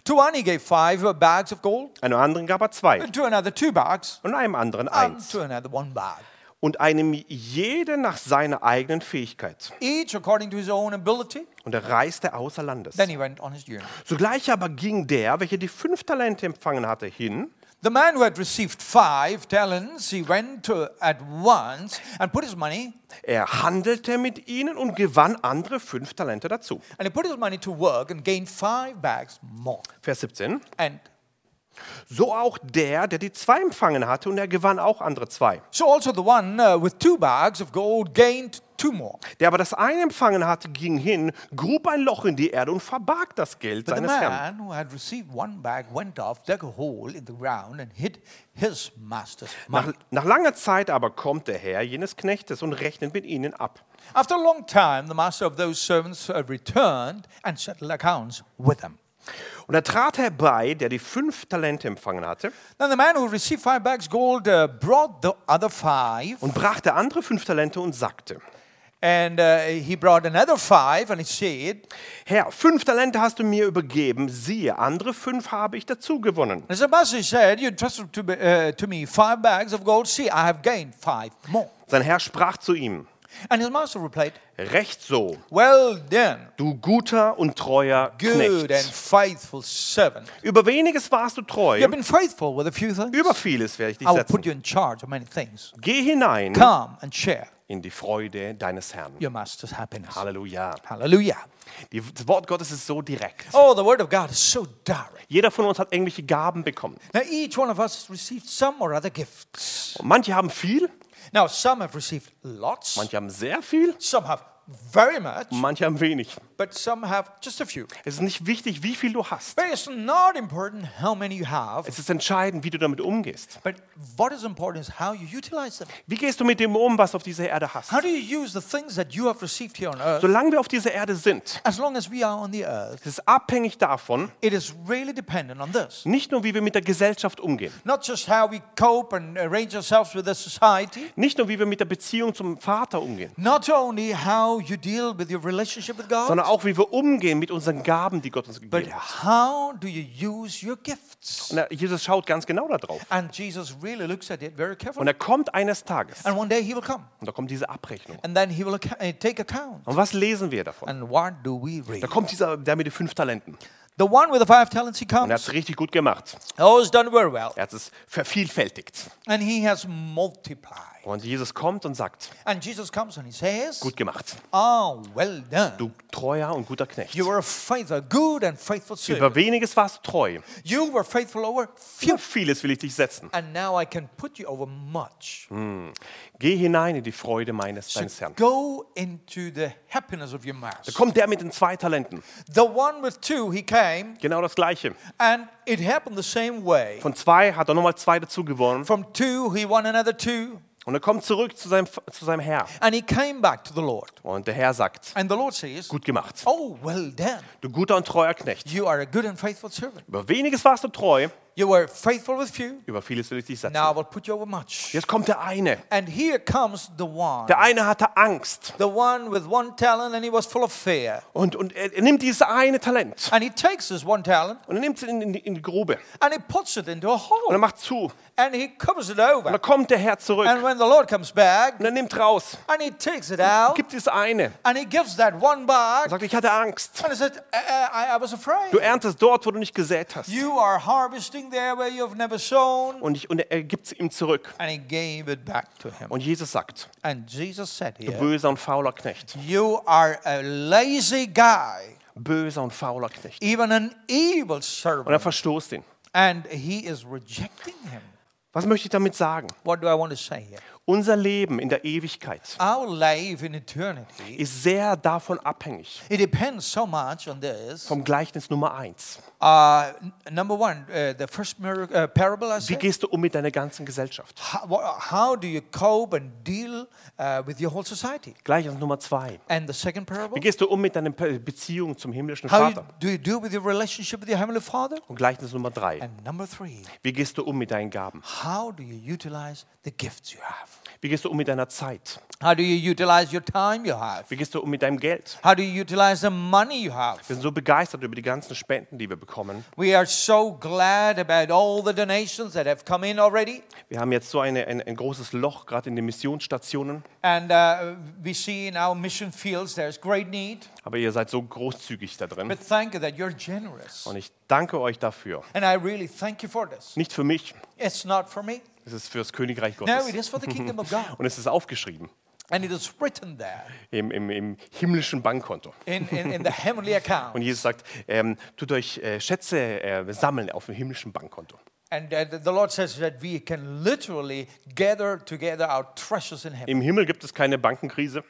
Speaker 2: To one, he gave five bags of gold,
Speaker 1: einem anderen gab er zwei
Speaker 2: and to another, two bags,
Speaker 1: und einem anderen
Speaker 2: and
Speaker 1: eins.
Speaker 2: to another, one bag.
Speaker 1: Und einem jeden nach seiner eigenen Fähigkeit.
Speaker 2: Each according to his own ability.
Speaker 1: Und er reiste außer Landes.
Speaker 2: Then he went on his journey.
Speaker 1: Sogleich aber ging der, welcher die fünf Talente empfangen hatte, hin
Speaker 2: The man who had received five talents, he went to at once and put his money,
Speaker 1: Er handelte mit ihnen und gewann andere fünf Talente dazu.
Speaker 2: and he put his money to work and gained five bags more.
Speaker 1: Vers 17.
Speaker 2: And
Speaker 1: So auch der, der die zwei empfangen hatte, und er gewann auch andere zwei.
Speaker 2: so also the one uh, with two bags of gold gained two more.
Speaker 1: Der aber das eine empfangen hatte, ging hin, grub ein Loch in die Erde und verbarg das Geld
Speaker 2: But the
Speaker 1: seines Herrn.
Speaker 2: man who had received one bag went off, dug a hole in the ground, and hid his master's
Speaker 1: Nach,
Speaker 2: money.
Speaker 1: nach langer Zeit aber kommt der Herr jenes Knechtes und rechnet mit ihnen ab.
Speaker 2: After a long time, the master of those servants uh, returned and settled accounts with them.
Speaker 1: Und er trat herbei, der die fünf Talente empfangen hatte,
Speaker 2: Then the man who received five bags gold uh, brought the other five.
Speaker 1: und brachte andere fünf Talente und sagte,
Speaker 2: And uh, he brought another five, and he said,
Speaker 1: Herr, fünf Talente hast du mir übergeben, siehe, andere fünf habe ich dazu gewonnen.
Speaker 2: As the master said, You entrusted to, be- uh, to me five bags of gold. See, I have gained five more.
Speaker 1: Sein Herr sprach zu ihm,
Speaker 2: And his master replied,
Speaker 1: Recht so,
Speaker 2: Well done,
Speaker 1: du guter und treuer
Speaker 2: good and
Speaker 1: Knecht.
Speaker 2: faithful servant.
Speaker 1: Über weniges warst du
Speaker 2: You
Speaker 1: treu,
Speaker 2: have been faithful with a few things.
Speaker 1: über vieles werde ich dich
Speaker 2: I will put
Speaker 1: setzen.
Speaker 2: you in charge of many things.
Speaker 1: Geh hinein
Speaker 2: Come and share
Speaker 1: in die Freude deines Herrn.
Speaker 2: your master's happiness.
Speaker 1: Halleluja.
Speaker 2: Hallelujah.
Speaker 1: Die, das Wort Gottes ist so direkt.
Speaker 2: Oh, the word of God is so direct.
Speaker 1: Jeder von uns hat irgendwelche Gaben bekommen.
Speaker 2: Now, each one of us has received some or other gifts.
Speaker 1: Manche haben viel,
Speaker 2: Now, some have received lots,
Speaker 1: manche haben sehr viel,
Speaker 2: some have very much.
Speaker 1: manche haben wenig.
Speaker 2: but some have just a few.
Speaker 1: Es ist nicht wichtig, wie viel du hast.
Speaker 2: But it's not important how many you have,
Speaker 1: Es ist entscheidend, wie du damit umgehst.
Speaker 2: but what is important is how you utilize them.
Speaker 1: Wie gehst du mit dem um, was du auf dieser Erde hast?
Speaker 2: How do you use the things that you have received here on earth?
Speaker 1: Solange wir auf dieser Erde sind,
Speaker 2: As long as we are on the earth,
Speaker 1: es ist abhängig davon,
Speaker 2: it is really dependent on this.
Speaker 1: nicht nur, wie wir mit der Gesellschaft umgehen,
Speaker 2: Not just how we cope and arrange ourselves with the society,
Speaker 1: nicht nur, wie wir mit der Beziehung zum Vater umgehen,
Speaker 2: not only how you deal with your relationship with God,
Speaker 1: sondern auch, wie wir umgehen mit unseren Gaben, die Gott uns
Speaker 2: but
Speaker 1: gegeben hat.
Speaker 2: how do you use your gifts?
Speaker 1: Und er- Jesus schaut ganz genau da drauf.
Speaker 2: And Jesus really looks at it very
Speaker 1: Und
Speaker 2: carefully.
Speaker 1: er kommt eines Tages.
Speaker 2: And one day he will come,
Speaker 1: Und da kommt diese Abrechnung.
Speaker 2: and then he will acc- uh, take account.
Speaker 1: Und was lesen wir davon?
Speaker 2: And what do we read?
Speaker 1: Da kommt dieser, der mit den fünf Talenten.
Speaker 2: The one with the five talents, he
Speaker 1: Und er hat
Speaker 2: comes.
Speaker 1: es richtig gut gemacht.
Speaker 2: Oh, he's done very well.
Speaker 1: Er hat es vervielfältigt.
Speaker 2: And he has multiplied.
Speaker 1: Und Jesus kommt und sagt,
Speaker 2: And Jesus comes and he says,
Speaker 1: gut gemacht,
Speaker 2: Oh, well done.
Speaker 1: du treuer und guter Knecht.
Speaker 2: You were a faithful, good and faithful servant.
Speaker 1: Über weniges warst du treu.
Speaker 2: You were faithful over few,
Speaker 1: Für vieles will ich dich setzen.
Speaker 2: and now I can put you over much.
Speaker 1: Geh hinein in die Freude meines
Speaker 2: So
Speaker 1: deines Herrn.
Speaker 2: go into the happiness of your master.
Speaker 1: Kommt der mit den zwei Talenten.
Speaker 2: The one with two, he same,
Speaker 1: Genau das Gleiche.
Speaker 2: and it happened the same way.
Speaker 1: Von zwei hat er nochmal zwei dazu gewonnen.
Speaker 2: From two, he won another two,
Speaker 1: Und er kommt zurück zu seinem, zu seinem Herr.
Speaker 2: and he came back to the Lord.
Speaker 1: Und der Herr sagt,
Speaker 2: And the Lord says,
Speaker 1: gut gemacht.
Speaker 2: Oh, well done.
Speaker 1: Du guter und treuer Knecht.
Speaker 2: You are a good and faithful servant.
Speaker 1: Über weniges warst du treu,
Speaker 2: You were faithful with few.
Speaker 1: über vieles will ich dich
Speaker 2: Now I
Speaker 1: setzen.
Speaker 2: will put you over much.
Speaker 1: Jetzt kommt der eine.
Speaker 2: And here comes the one.
Speaker 1: Der eine hatte Angst.
Speaker 2: The one with one talent, and he was full of fear.
Speaker 1: Und, und er, er nimmt dieses eine Talent
Speaker 2: And he takes his one talent
Speaker 1: und er nimmt es in, in, die- in die Grube.
Speaker 2: and he puts it into a
Speaker 1: Und er
Speaker 2: hole.
Speaker 1: macht zu. Und
Speaker 2: And he covers it over.
Speaker 1: dann kommt der Herr zurück.
Speaker 2: And
Speaker 1: Und
Speaker 2: when the Lord comes back,
Speaker 1: er nimmt raus.
Speaker 2: and he takes it out,
Speaker 1: Gibt dieses eine.
Speaker 2: and he gives that one
Speaker 1: Er
Speaker 2: back,
Speaker 1: sagt, ich hatte Angst.
Speaker 2: and he said, I, I, I was afraid.
Speaker 1: Du erntest dort, wo du nicht gesät hast.
Speaker 2: You are harvesting there where you've never sown.
Speaker 1: Und, ich, und er gibt es ihm zurück.
Speaker 2: And he gave it back to him.
Speaker 1: Und Jesus sagt,
Speaker 2: And Jesus said here,
Speaker 1: böser und fauler Knecht.
Speaker 2: You are a lazy guy,
Speaker 1: Böser und fauler Knecht.
Speaker 2: even an evil
Speaker 1: Und er
Speaker 2: servant.
Speaker 1: verstoßt ihn.
Speaker 2: And he is rejecting him.
Speaker 1: Was möchte ich damit sagen?
Speaker 2: What do I want to say here?
Speaker 1: Unser Leben in der Ewigkeit
Speaker 2: Our life in eternity,
Speaker 1: ist sehr davon abhängig.
Speaker 2: it depends so much on this.
Speaker 1: Vom Gleichnis Nummer eins.
Speaker 2: Uh, n- number one, uh, the first miracle, uh, parable I
Speaker 1: Wie
Speaker 2: said.
Speaker 1: gehst du um mit deiner ganzen Gesellschaft?
Speaker 2: How, wha- how do you cope and deal uh, with your whole society?
Speaker 1: Gleichnis Nummer zwei.
Speaker 2: And the second parable,
Speaker 1: Wie gehst du um mit deiner Pe- Beziehung zum himmlischen
Speaker 2: how you,
Speaker 1: Vater?
Speaker 2: do you deal with your relationship with your Heavenly Father?
Speaker 1: Und Gleichnis Nummer drei.
Speaker 2: And number three,
Speaker 1: Wie gehst du um mit deinen Gaben?
Speaker 2: how do you utilize the gifts you have?
Speaker 1: Wie gehst du um mit deiner Zeit?
Speaker 2: How do you utilize your time you have?
Speaker 1: Wie gehst du um mit deinem Geld?
Speaker 2: How do you utilize the money you
Speaker 1: Wir
Speaker 2: have?
Speaker 1: sind so begeistert über die ganzen Spenden, die wir bekommen.
Speaker 2: We are so glad about all the donations that have come in already.
Speaker 1: Wir haben jetzt so eine, ein, ein großes Loch, gerade in den Missionsstationen.
Speaker 2: And uh, we see in our mission fields there's great need.
Speaker 1: Aber ihr seid so großzügig da drin.
Speaker 2: But thank you that you're generous.
Speaker 1: Und ich danke euch dafür.
Speaker 2: And I really thank you for this.
Speaker 1: Nicht für mich,
Speaker 2: It's not for me.
Speaker 1: es ist für das Königreich
Speaker 2: No, it
Speaker 1: Gottes.
Speaker 2: is for the kingdom of God.
Speaker 1: Und es ist aufgeschrieben
Speaker 2: And it is written there
Speaker 1: im, im, im himmlischen Bankkonto.
Speaker 2: in, in, in the heavenly account.
Speaker 1: Und Jesus sagt, ähm, tut euch äh, Schätze äh, sammeln auf dem himmlischen Bankkonto.
Speaker 2: And uh, the Lord says that we can literally gather together our treasures in heaven.
Speaker 1: Im Himmel gibt es keine Bankenkrise,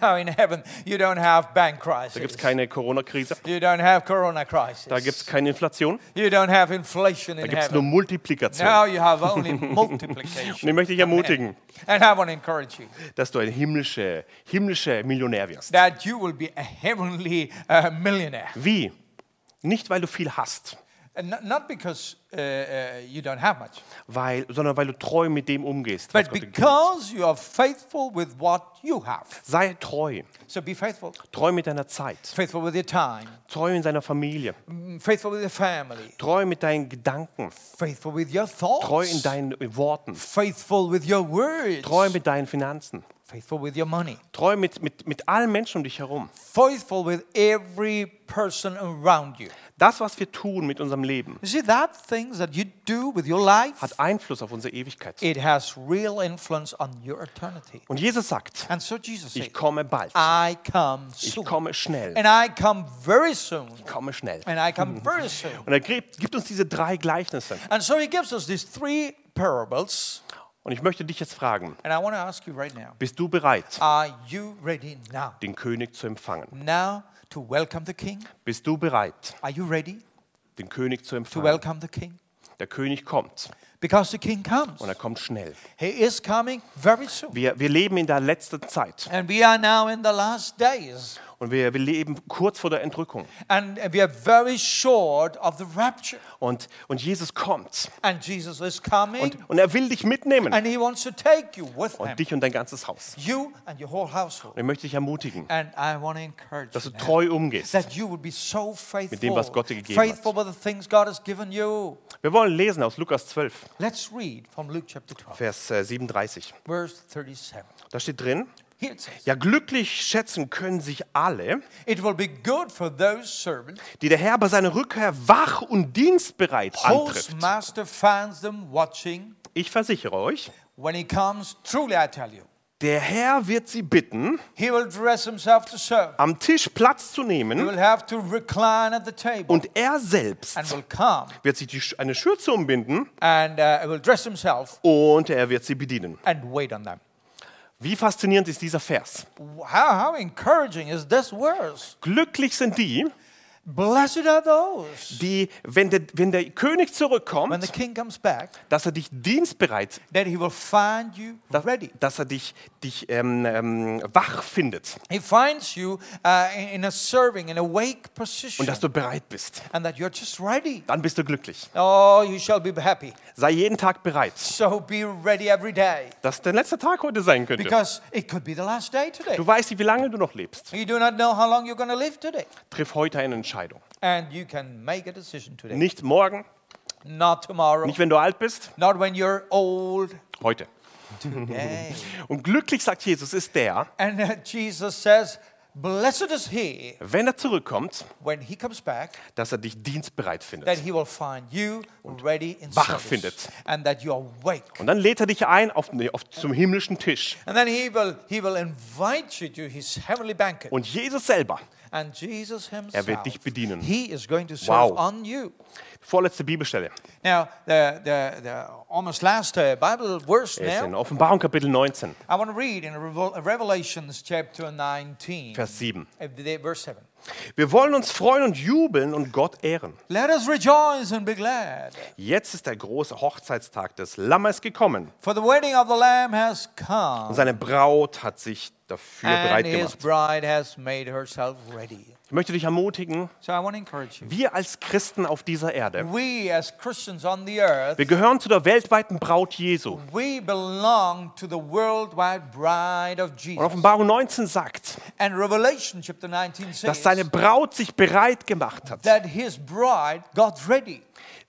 Speaker 2: Now, in heaven, you don't have bank
Speaker 1: da gibt es
Speaker 2: crisis.
Speaker 1: keine Corona-Krise,
Speaker 2: You don't have corona crisis.
Speaker 1: da gibt es keine Inflation,
Speaker 2: you don't have inflation
Speaker 1: da
Speaker 2: in
Speaker 1: gibt es nur
Speaker 2: heaven.
Speaker 1: Multiplikation.
Speaker 2: Now you have
Speaker 1: [laughs]
Speaker 2: only
Speaker 1: Und ich
Speaker 2: multiplication.
Speaker 1: möchte dich ermutigen,
Speaker 2: And I want to encourage you
Speaker 1: dass du ein himmlischer himmlische Millionär wirst.
Speaker 2: that you will be a heavenly uh, millionaire.
Speaker 1: Wie? Nicht, weil du viel hast,
Speaker 2: And not, not because uh, uh, you don't have much,
Speaker 1: weil, sondern weil du treu mit dem umgehst. Was
Speaker 2: but
Speaker 1: Gott dir gibt.
Speaker 2: because you are faithful with what you have.
Speaker 1: Sei treu.
Speaker 2: So be faithful.
Speaker 1: Treu mit deiner Zeit.
Speaker 2: Faithful with your time,
Speaker 1: Treu in seiner Familie.
Speaker 2: mm, faithful with your family,
Speaker 1: Treu mit deinen Gedanken.
Speaker 2: faithful with your
Speaker 1: Treu in
Speaker 2: thoughts,
Speaker 1: deinen Worten.
Speaker 2: faithful with your words,
Speaker 1: Treu mit deinen Finanzen.
Speaker 2: faithful with your money.
Speaker 1: Treu mit, mit, mit allen Menschen um dich herum.
Speaker 2: faithful with every person around you.
Speaker 1: Das, was wir tun mit unserem Leben,
Speaker 2: You see, that things that you do with your life,
Speaker 1: hat Einfluss auf unsere Ewigkeit.
Speaker 2: it has real influence on your eternity.
Speaker 1: Und Jesus sagt,
Speaker 2: And so Jesus said,
Speaker 1: ich komme bald.
Speaker 2: I come
Speaker 1: Ich
Speaker 2: soon.
Speaker 1: komme schnell.
Speaker 2: And I come very soon.
Speaker 1: Ich komme schnell.
Speaker 2: And I [laughs] come very soon.
Speaker 1: Und er gibt, gibt uns diese drei Gleichnisse.
Speaker 2: And so he gives us these three parables.
Speaker 1: Und ich möchte dich jetzt fragen,
Speaker 2: And I want to ask you right now
Speaker 1: bist du bereit,
Speaker 2: are you ready now?
Speaker 1: den König zu empfangen?
Speaker 2: Now to welcome the king?
Speaker 1: Bist du bereit,
Speaker 2: Are you ready
Speaker 1: den König
Speaker 2: to
Speaker 1: zu empfangen?
Speaker 2: welcome the king?
Speaker 1: Der König kommt
Speaker 2: Because the king comes.
Speaker 1: und er kommt schnell.
Speaker 2: He is coming very soon.
Speaker 1: Wir, wir leben in der letzten Zeit
Speaker 2: And we are now in the last days,
Speaker 1: und wir, wir leben kurz vor der Entrückung.
Speaker 2: and we are very short of the rapture.
Speaker 1: Und, und Jesus kommt
Speaker 2: And Jesus is coming,
Speaker 1: und, und er will dich mitnehmen
Speaker 2: and He wants to take you with
Speaker 1: und
Speaker 2: Him,
Speaker 1: dich und dein ganzes Haus.
Speaker 2: you and your whole household.
Speaker 1: Und ich möchte dich ermutigen,
Speaker 2: And I want to encourage
Speaker 1: dass du
Speaker 2: you now
Speaker 1: treu umgehst.
Speaker 2: that you would be so faithful,
Speaker 1: dem, was Gott dir gegeben hat.
Speaker 2: faithful with the things God has given you.
Speaker 1: Wir wollen lesen aus Lukas 12,
Speaker 2: Let's read from Luke chapter 12,
Speaker 1: Vers äh, 37.
Speaker 2: verse 37.
Speaker 1: Da steht drin,
Speaker 2: Here it says,
Speaker 1: ja glücklich schätzen können sich alle,
Speaker 2: It will be good for those servants
Speaker 1: die der Herr bei seiner Rückkehr wach und dienstbereit
Speaker 2: whose
Speaker 1: antrifft.
Speaker 2: master finds them watching
Speaker 1: Ich versichere euch,
Speaker 2: when he comes. Truly, I tell you,
Speaker 1: der Herr wird sie bitten,
Speaker 2: he will dress himself to serve.
Speaker 1: am Tisch Platz zu
Speaker 2: You
Speaker 1: nehmen
Speaker 2: will have to recline at the table
Speaker 1: und er selbst
Speaker 2: and will come
Speaker 1: wird sich die, Sch- eine Schürze umbinden
Speaker 2: and uh, will dress himself
Speaker 1: und er wird sie bedienen.
Speaker 2: and wait on them.
Speaker 1: Wie faszinierend ist dieser Vers.
Speaker 2: How, how encouraging is this verse?
Speaker 1: Glücklich sind die,
Speaker 2: Blessed are those.
Speaker 1: die, wenn der, wenn der König
Speaker 2: When the
Speaker 1: zurückkommt,
Speaker 2: king comes back,
Speaker 1: dass er dich dienstbereit,
Speaker 2: then he will find you
Speaker 1: dass,
Speaker 2: ready.
Speaker 1: dass er dich, dich ähm, ähm, wach findet
Speaker 2: He finds you uh, in a serving, in a wake position,
Speaker 1: und dass du bereit bist.
Speaker 2: and that you're just ready.
Speaker 1: Dann bist du glücklich.
Speaker 2: Oh, you shall be happy.
Speaker 1: Sei jeden Tag bereit.
Speaker 2: So be ready every day,
Speaker 1: Das ist dein letzter Tag heute sein könnte.
Speaker 2: because it could be the last day today.
Speaker 1: Du weißt nicht, wie lange du noch lebst.
Speaker 2: You do not know how long you're going to live today,
Speaker 1: Triff heute eine Entscheidung.
Speaker 2: and you can make a decision today,
Speaker 1: Nicht morgen,
Speaker 2: not tomorrow,
Speaker 1: nicht wenn du alt bist,
Speaker 2: not when you're old.
Speaker 1: heute.
Speaker 2: Today.
Speaker 1: Und glücklich, sagt Jesus, ist der,
Speaker 2: and uh, Jesus says, "Blessed is he
Speaker 1: wenn er zurückkommt,
Speaker 2: when he comes back."
Speaker 1: dass er dich dienstbereit
Speaker 2: that
Speaker 1: findet.
Speaker 2: he will find you ready in
Speaker 1: wach
Speaker 2: service
Speaker 1: findet.
Speaker 2: and that you are awake.
Speaker 1: Und dann lädt er dich ein auf, nee, auf, zum himmlischen Tisch.
Speaker 2: And then he will he will invite you to his heavenly banquet.
Speaker 1: Und Jesus selber,
Speaker 2: And Jesus himself
Speaker 1: wird dich bedienen.
Speaker 2: He is going to serve
Speaker 1: Wow.
Speaker 2: on you.
Speaker 1: vorletzte Bibelstelle,
Speaker 2: Now the the, the almost last uh, Bible verse
Speaker 1: ist in
Speaker 2: now
Speaker 1: Offenbarung Kapitel 19,
Speaker 2: I want to read in Revol- Revelations chapter 19
Speaker 1: Vers 7.
Speaker 2: uh, the- verse 7.
Speaker 1: Wir wollen uns freuen und jubeln und Gott ehren.
Speaker 2: Let us rejoice and be glad,
Speaker 1: Jetzt ist der große Hochzeitstag des Lammes gekommen.
Speaker 2: for the wedding of the Lamb has
Speaker 1: Und
Speaker 2: come,
Speaker 1: seine Braut hat sich dafür bereit
Speaker 2: and his
Speaker 1: gemacht.
Speaker 2: bride has made herself ready.
Speaker 1: Ich möchte dich ermutigen,
Speaker 2: So I want to encourage you.
Speaker 1: wir als Christen auf dieser Erde,
Speaker 2: We as Christians on the earth,
Speaker 1: wir gehören zu der weltweiten Braut Jesu.
Speaker 2: we belong to the worldwide bride of
Speaker 1: Und
Speaker 2: Jesus.
Speaker 1: Offenbarung 19 sagt,
Speaker 2: And Revelation chapter 19
Speaker 1: dass
Speaker 2: says
Speaker 1: seine Braut sich bereit gemacht hat.
Speaker 2: that his bride got ready.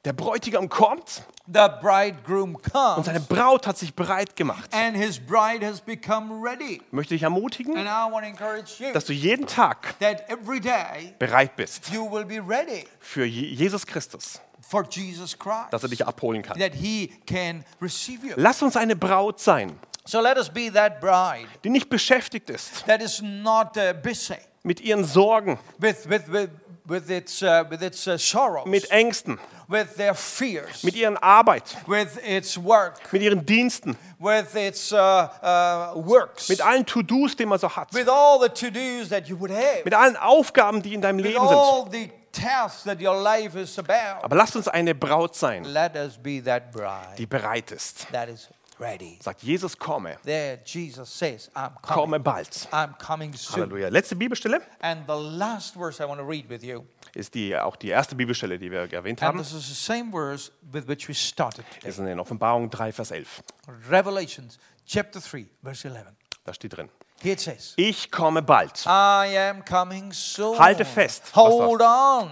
Speaker 1: Der Bräutigam kommt
Speaker 2: The bridegroom
Speaker 1: und
Speaker 2: comes
Speaker 1: seine Braut hat sich bereit gemacht.
Speaker 2: and his bride has become ready.
Speaker 1: Ich möchte dich
Speaker 2: And
Speaker 1: ermutigen,
Speaker 2: I want to encourage you
Speaker 1: dass du jeden Tag
Speaker 2: that every day
Speaker 1: bereit bist
Speaker 2: you will be ready
Speaker 1: für Je- Jesus Christus,
Speaker 2: for Jesus Christ,
Speaker 1: dass er dich abholen kann.
Speaker 2: that he can receive you.
Speaker 1: Lass uns eine Braut sein,
Speaker 2: So let us be that bride
Speaker 1: die nicht beschäftigt ist
Speaker 2: that is not uh, busy
Speaker 1: mit ihren Sorgen,
Speaker 2: with, with, with, with its, uh, with its uh, sorrows.
Speaker 1: mit Ängsten,
Speaker 2: with their fears,
Speaker 1: mit ihren Arbeit,
Speaker 2: with its work,
Speaker 1: mit ihren Diensten,
Speaker 2: with its uh, uh, works,
Speaker 1: mit allen To-Dos, die man so hat,
Speaker 2: with all the to dos that you would have,
Speaker 1: mit allen Aufgaben, die in deinem
Speaker 2: with
Speaker 1: Leben sind.
Speaker 2: all the tasks that your life is about.
Speaker 1: Aber lass uns eine Braut sein,
Speaker 2: Let us be that bride
Speaker 1: die bereit ist.
Speaker 2: that is ready.
Speaker 1: Sagt Jesus, komme,
Speaker 2: There, Jesus says, I'm coming.
Speaker 1: komme bald.
Speaker 2: I'm coming soon.
Speaker 1: Halleluja. Letzte Bibelstelle
Speaker 2: And the last verse I want to read with you,
Speaker 1: ist die, auch die erste Bibelstelle, die wir erwähnt
Speaker 2: and
Speaker 1: haben.
Speaker 2: this is the same verse with which we started
Speaker 1: ist
Speaker 2: today.
Speaker 1: in Offenbarung 3, Vers 11.
Speaker 2: Revelations chapter 3, verse 11.
Speaker 1: Da steht drin.
Speaker 2: Here it says,
Speaker 1: Ich komme bald,
Speaker 2: I am coming soon.
Speaker 1: Halte fest, was
Speaker 2: Hold
Speaker 1: da-
Speaker 2: on.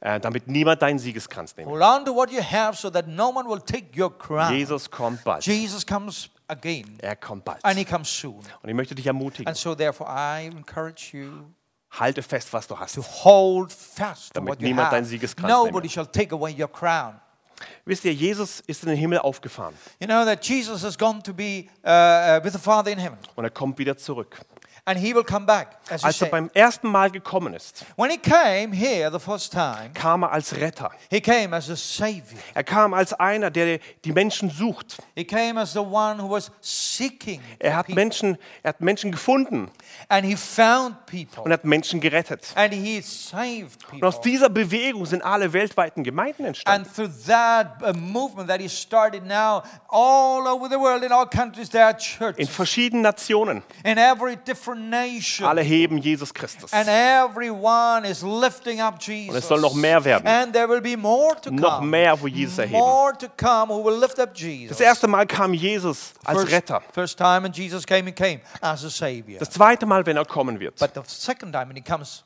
Speaker 1: äh, damit niemand deinen Siegeskranz nimmt.
Speaker 2: Hold on to what you have so that no one will take your crown.
Speaker 1: Jesus kommt bald.
Speaker 2: Jesus comes again
Speaker 1: Er kommt bald.
Speaker 2: and he comes soon.
Speaker 1: Und ich möchte dich ermutigen,
Speaker 2: And so, therefore, I encourage you
Speaker 1: halte fest, was du hast.
Speaker 2: hold fast to
Speaker 1: Damit
Speaker 2: what you
Speaker 1: niemand
Speaker 2: have.
Speaker 1: deinen Siegeskranz
Speaker 2: Nobody
Speaker 1: nehme.
Speaker 2: shall take away your crown.
Speaker 1: Wisst ihr, Jesus ist in den Himmel aufgefahren
Speaker 2: You know that Jesus has gone to be uh, uh, with the Father in heaven
Speaker 1: und er kommt wieder zurück.
Speaker 2: and he will come back. As you
Speaker 1: Als er
Speaker 2: say.
Speaker 1: beim ersten Mal gekommen ist,
Speaker 2: When he came here the first time,
Speaker 1: kam er als Retter.
Speaker 2: he came as a savior,
Speaker 1: Er kam als einer, der die Menschen sucht.
Speaker 2: he came as the one who was seeking.
Speaker 1: Er hat
Speaker 2: people.
Speaker 1: Menschen, er hat Menschen gefunden
Speaker 2: And he found people.
Speaker 1: und hat Menschen gerettet.
Speaker 2: And he saved
Speaker 1: Und aus
Speaker 2: people.
Speaker 1: dieser Bewegung sind alle weltweiten Gemeinden entstanden.
Speaker 2: And through that uh, movement that he started now, all over the world, in all countries, there are
Speaker 1: In
Speaker 2: churches.
Speaker 1: verschiedenen Nationen.
Speaker 2: In every different nation.
Speaker 1: Alle heben Jesus Christus.
Speaker 2: And everyone is lifting up Jesus.
Speaker 1: es soll noch mehr werden.
Speaker 2: And there will be more to come.
Speaker 1: Noch mehr, wo Jesus erheben.
Speaker 2: More to come who will lift up Jesus.
Speaker 1: Das erste Mal kam Jesus als
Speaker 2: first,
Speaker 1: Retter.
Speaker 2: First time when Jesus came, he came as a savior.
Speaker 1: Das zweite Mal, wenn er kommen wird,
Speaker 2: But the second time when he comes,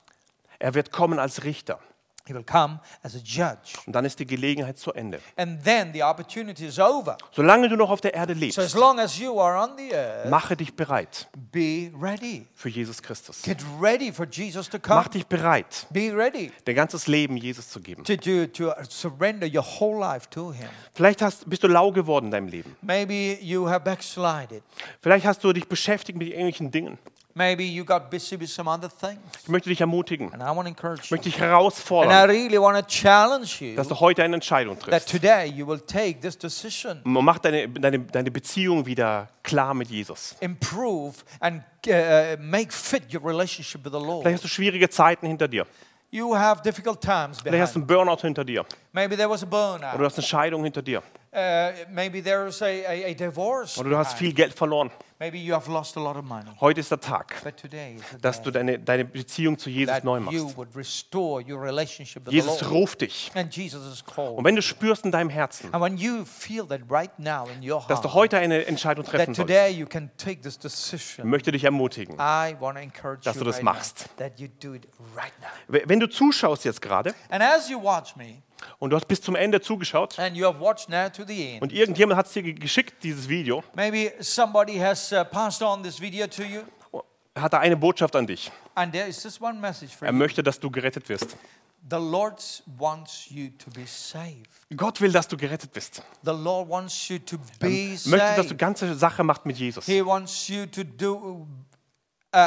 Speaker 1: er wird kommen als Richter.
Speaker 2: he will come as a judge.
Speaker 1: Und dann ist die Gelegenheit zu Ende.
Speaker 2: And then the opportunity is over.
Speaker 1: Solange du noch auf der Erde
Speaker 2: So as
Speaker 1: lebst,
Speaker 2: long as you are on the earth,
Speaker 1: mache dich bereit
Speaker 2: be ready.
Speaker 1: für Jesus Christus.
Speaker 2: Get ready for Jesus to come.
Speaker 1: Mach dich bereit,
Speaker 2: Be ready
Speaker 1: dein ganzes Leben Jesus zu geben.
Speaker 2: to do to uh, surrender your whole life to Him.
Speaker 1: Vielleicht hast, bist du lau geworden in deinem Leben.
Speaker 2: Maybe you have backslided.
Speaker 1: Vielleicht hast du dich beschäftigt mit irgendwelchen Dingen.
Speaker 2: Maybe you got busy with some other things.
Speaker 1: Ich möchte dich ermutigen,
Speaker 2: And I want to encourage
Speaker 1: ich
Speaker 2: you.
Speaker 1: möchte dich
Speaker 2: And I
Speaker 1: herausfordern,
Speaker 2: really want to challenge you
Speaker 1: dass du heute eine Entscheidung
Speaker 2: that
Speaker 1: triffst.
Speaker 2: today you will take this decision,
Speaker 1: Mach deine, deine, deine Beziehung wieder klar mit Jesus.
Speaker 2: improve and uh, make fit your relationship with the
Speaker 1: Vielleicht
Speaker 2: Lord.
Speaker 1: hast du schwierige Zeiten hinter dir.
Speaker 2: you have difficult times
Speaker 1: Vielleicht hast
Speaker 2: behind.
Speaker 1: du einen Burnout hinter dir
Speaker 2: Maybe there was a
Speaker 1: oder du
Speaker 2: burnout.
Speaker 1: hast eine Scheidung hinter dir
Speaker 2: Uh, maybe there was a, a, a divorce.
Speaker 1: oder du hast
Speaker 2: behind.
Speaker 1: viel Geld verloren.
Speaker 2: Maybe you have lost a lot of money.
Speaker 1: Heute ist der Tag,
Speaker 2: But today is the
Speaker 1: dass
Speaker 2: day
Speaker 1: du deine, deine Beziehung zu Jesus
Speaker 2: that
Speaker 1: neu
Speaker 2: you
Speaker 1: machst.
Speaker 2: would restore your relationship with the
Speaker 1: Jesus Oh,
Speaker 2: Lord.
Speaker 1: ruft dich.
Speaker 2: And Jesus is
Speaker 1: Und
Speaker 2: called.
Speaker 1: wenn du spürst in deinem Herzen,
Speaker 2: And when you feel that right now in your
Speaker 1: dass du
Speaker 2: heart,
Speaker 1: heute eine Entscheidung
Speaker 2: that
Speaker 1: treffen sollst,
Speaker 2: today you can take this decision,
Speaker 1: möchte dich ermutigen.
Speaker 2: I want to encourage
Speaker 1: Dass
Speaker 2: you
Speaker 1: du das
Speaker 2: right now,
Speaker 1: machst.
Speaker 2: that you do it right now.
Speaker 1: W- Wenn du zuschaust jetzt gerade
Speaker 2: And as you watch me,
Speaker 1: und du hast bis zum Ende zugeschaut
Speaker 2: and you have watched now to the end,
Speaker 1: und irgendjemand hat es dir ge- geschickt, dieses Video,
Speaker 2: maybe somebody has uh, passed on this video to you,
Speaker 1: hat er eine Botschaft an dich.
Speaker 2: and there is just one message for
Speaker 1: Er
Speaker 2: you.
Speaker 1: möchte, dass du gerettet wirst.
Speaker 2: The Lord wants you to be saved.
Speaker 1: Gott will, dass du gerettet bist.
Speaker 2: The Lord wants you to be
Speaker 1: Möchte, dass du
Speaker 2: saved.
Speaker 1: ganze Sache macht mit Jesus.
Speaker 2: He wants you to do a,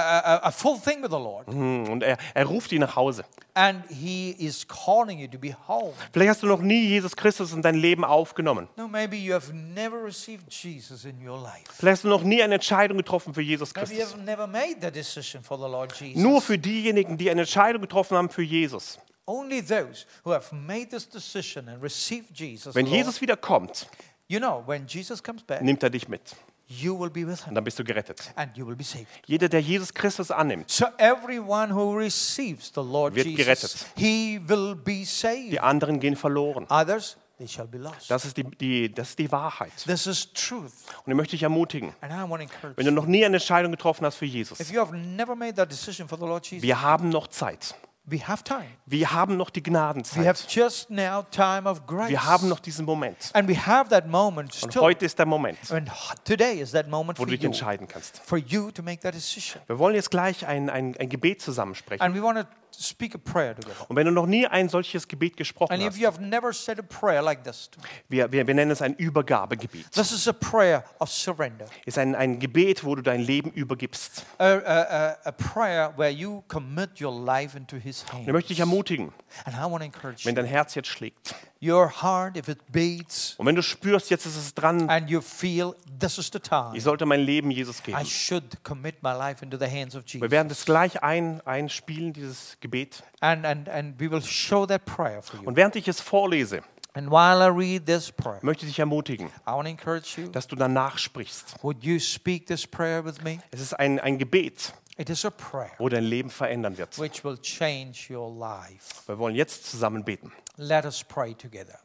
Speaker 2: a, a full thing with the Lord,
Speaker 1: Hm, Und er, er ruft dich nach Hause.
Speaker 2: and He is calling you to be home.
Speaker 1: Vielleicht hast du noch nie Jesus Christus in dein Leben aufgenommen.
Speaker 2: No, maybe you have never received Jesus in your life.
Speaker 1: Vielleicht hast du noch nie eine Entscheidung getroffen für Jesus
Speaker 2: Maybe you
Speaker 1: Christus.
Speaker 2: have never made the decision for the Lord Jesus.
Speaker 1: Nur für diejenigen, die eine Entscheidung getroffen haben für Jesus.
Speaker 2: Only those who have made this decision and received Jesus.
Speaker 1: Wenn
Speaker 2: Lord,
Speaker 1: Jesus wieder kommt,
Speaker 2: you know, when Jesus comes back,
Speaker 1: nimmt er dich mit.
Speaker 2: you will be with
Speaker 1: Und
Speaker 2: him
Speaker 1: dann bist du gerettet.
Speaker 2: and you will be saved.
Speaker 1: Jeder, der Jesus Christus annimmt,
Speaker 2: So everyone who receives the Lord
Speaker 1: Wird
Speaker 2: Jesus,
Speaker 1: gerettet.
Speaker 2: he will be saved.
Speaker 1: die anderen gehen verloren.
Speaker 2: Others, they shall be lost.
Speaker 1: Das ist die, die, das ist die Wahrheit.
Speaker 2: this is truth,
Speaker 1: Und ich möchte dich ermutigen,
Speaker 2: and I want to encourage
Speaker 1: wenn du
Speaker 2: you.
Speaker 1: noch nie eine Entscheidung getroffen hast für Jesus,
Speaker 2: If you have never made that decision for the Lord Jesus,
Speaker 1: wir haben noch Zeit.
Speaker 2: we have time.
Speaker 1: Wir haben noch die
Speaker 2: We have
Speaker 1: Gnadenzeit.
Speaker 2: just now time of grace.
Speaker 1: Wir haben noch diesen Moment.
Speaker 2: and we have that moment
Speaker 1: Und
Speaker 2: still.
Speaker 1: heute ist der Moment,
Speaker 2: And h- today is that moment
Speaker 1: wo
Speaker 2: for
Speaker 1: du dich
Speaker 2: you,
Speaker 1: entscheiden kannst.
Speaker 2: for you to make that decision.
Speaker 1: Wir wollen jetzt gleich ein, ein, ein Gebet zusammensprechen.
Speaker 2: And we want to speak a prayer together.
Speaker 1: Und wenn du noch nie ein solches Gebet gesprochen
Speaker 2: And if
Speaker 1: hast,
Speaker 2: you have never said a prayer like this, to me,
Speaker 1: wir, wir, wir nennen es ein Übergabegebet.
Speaker 2: this is a prayer of surrender,
Speaker 1: Ist ein, ein Gebet, wo du dein Leben übergibst.
Speaker 2: a, a, a, a prayer where you commit your life into His hands.
Speaker 1: Und ich möchte dich ermutigen,
Speaker 2: And I want to encourage
Speaker 1: wenn
Speaker 2: you.
Speaker 1: dein Herz jetzt schlägt
Speaker 2: Your heart, if it beats
Speaker 1: und wenn du spürst, jetzt ist es dran,
Speaker 2: and you feel this is the time,
Speaker 1: ich sollte mein Leben Jesus
Speaker 2: I
Speaker 1: geben.
Speaker 2: should commit my life into the hands of
Speaker 1: Wir
Speaker 2: Jesus.
Speaker 1: werden das gleich ein, einspielen, dieses Gebet.
Speaker 2: And, and, and we will show that prayer for you.
Speaker 1: Und während ich es vorlese,
Speaker 2: And while I read this prayer,
Speaker 1: möchte ich dich ermutigen,
Speaker 2: I want to encourage you.
Speaker 1: dass du danach sprichst.
Speaker 2: Would you speak this prayer with me?
Speaker 1: Es ist ein, ein Gebet,
Speaker 2: It is a prayer
Speaker 1: wo dein Leben verändern wird.
Speaker 2: which will change your life.
Speaker 1: Wir wollen jetzt zusammen beten.
Speaker 2: Let us pray together.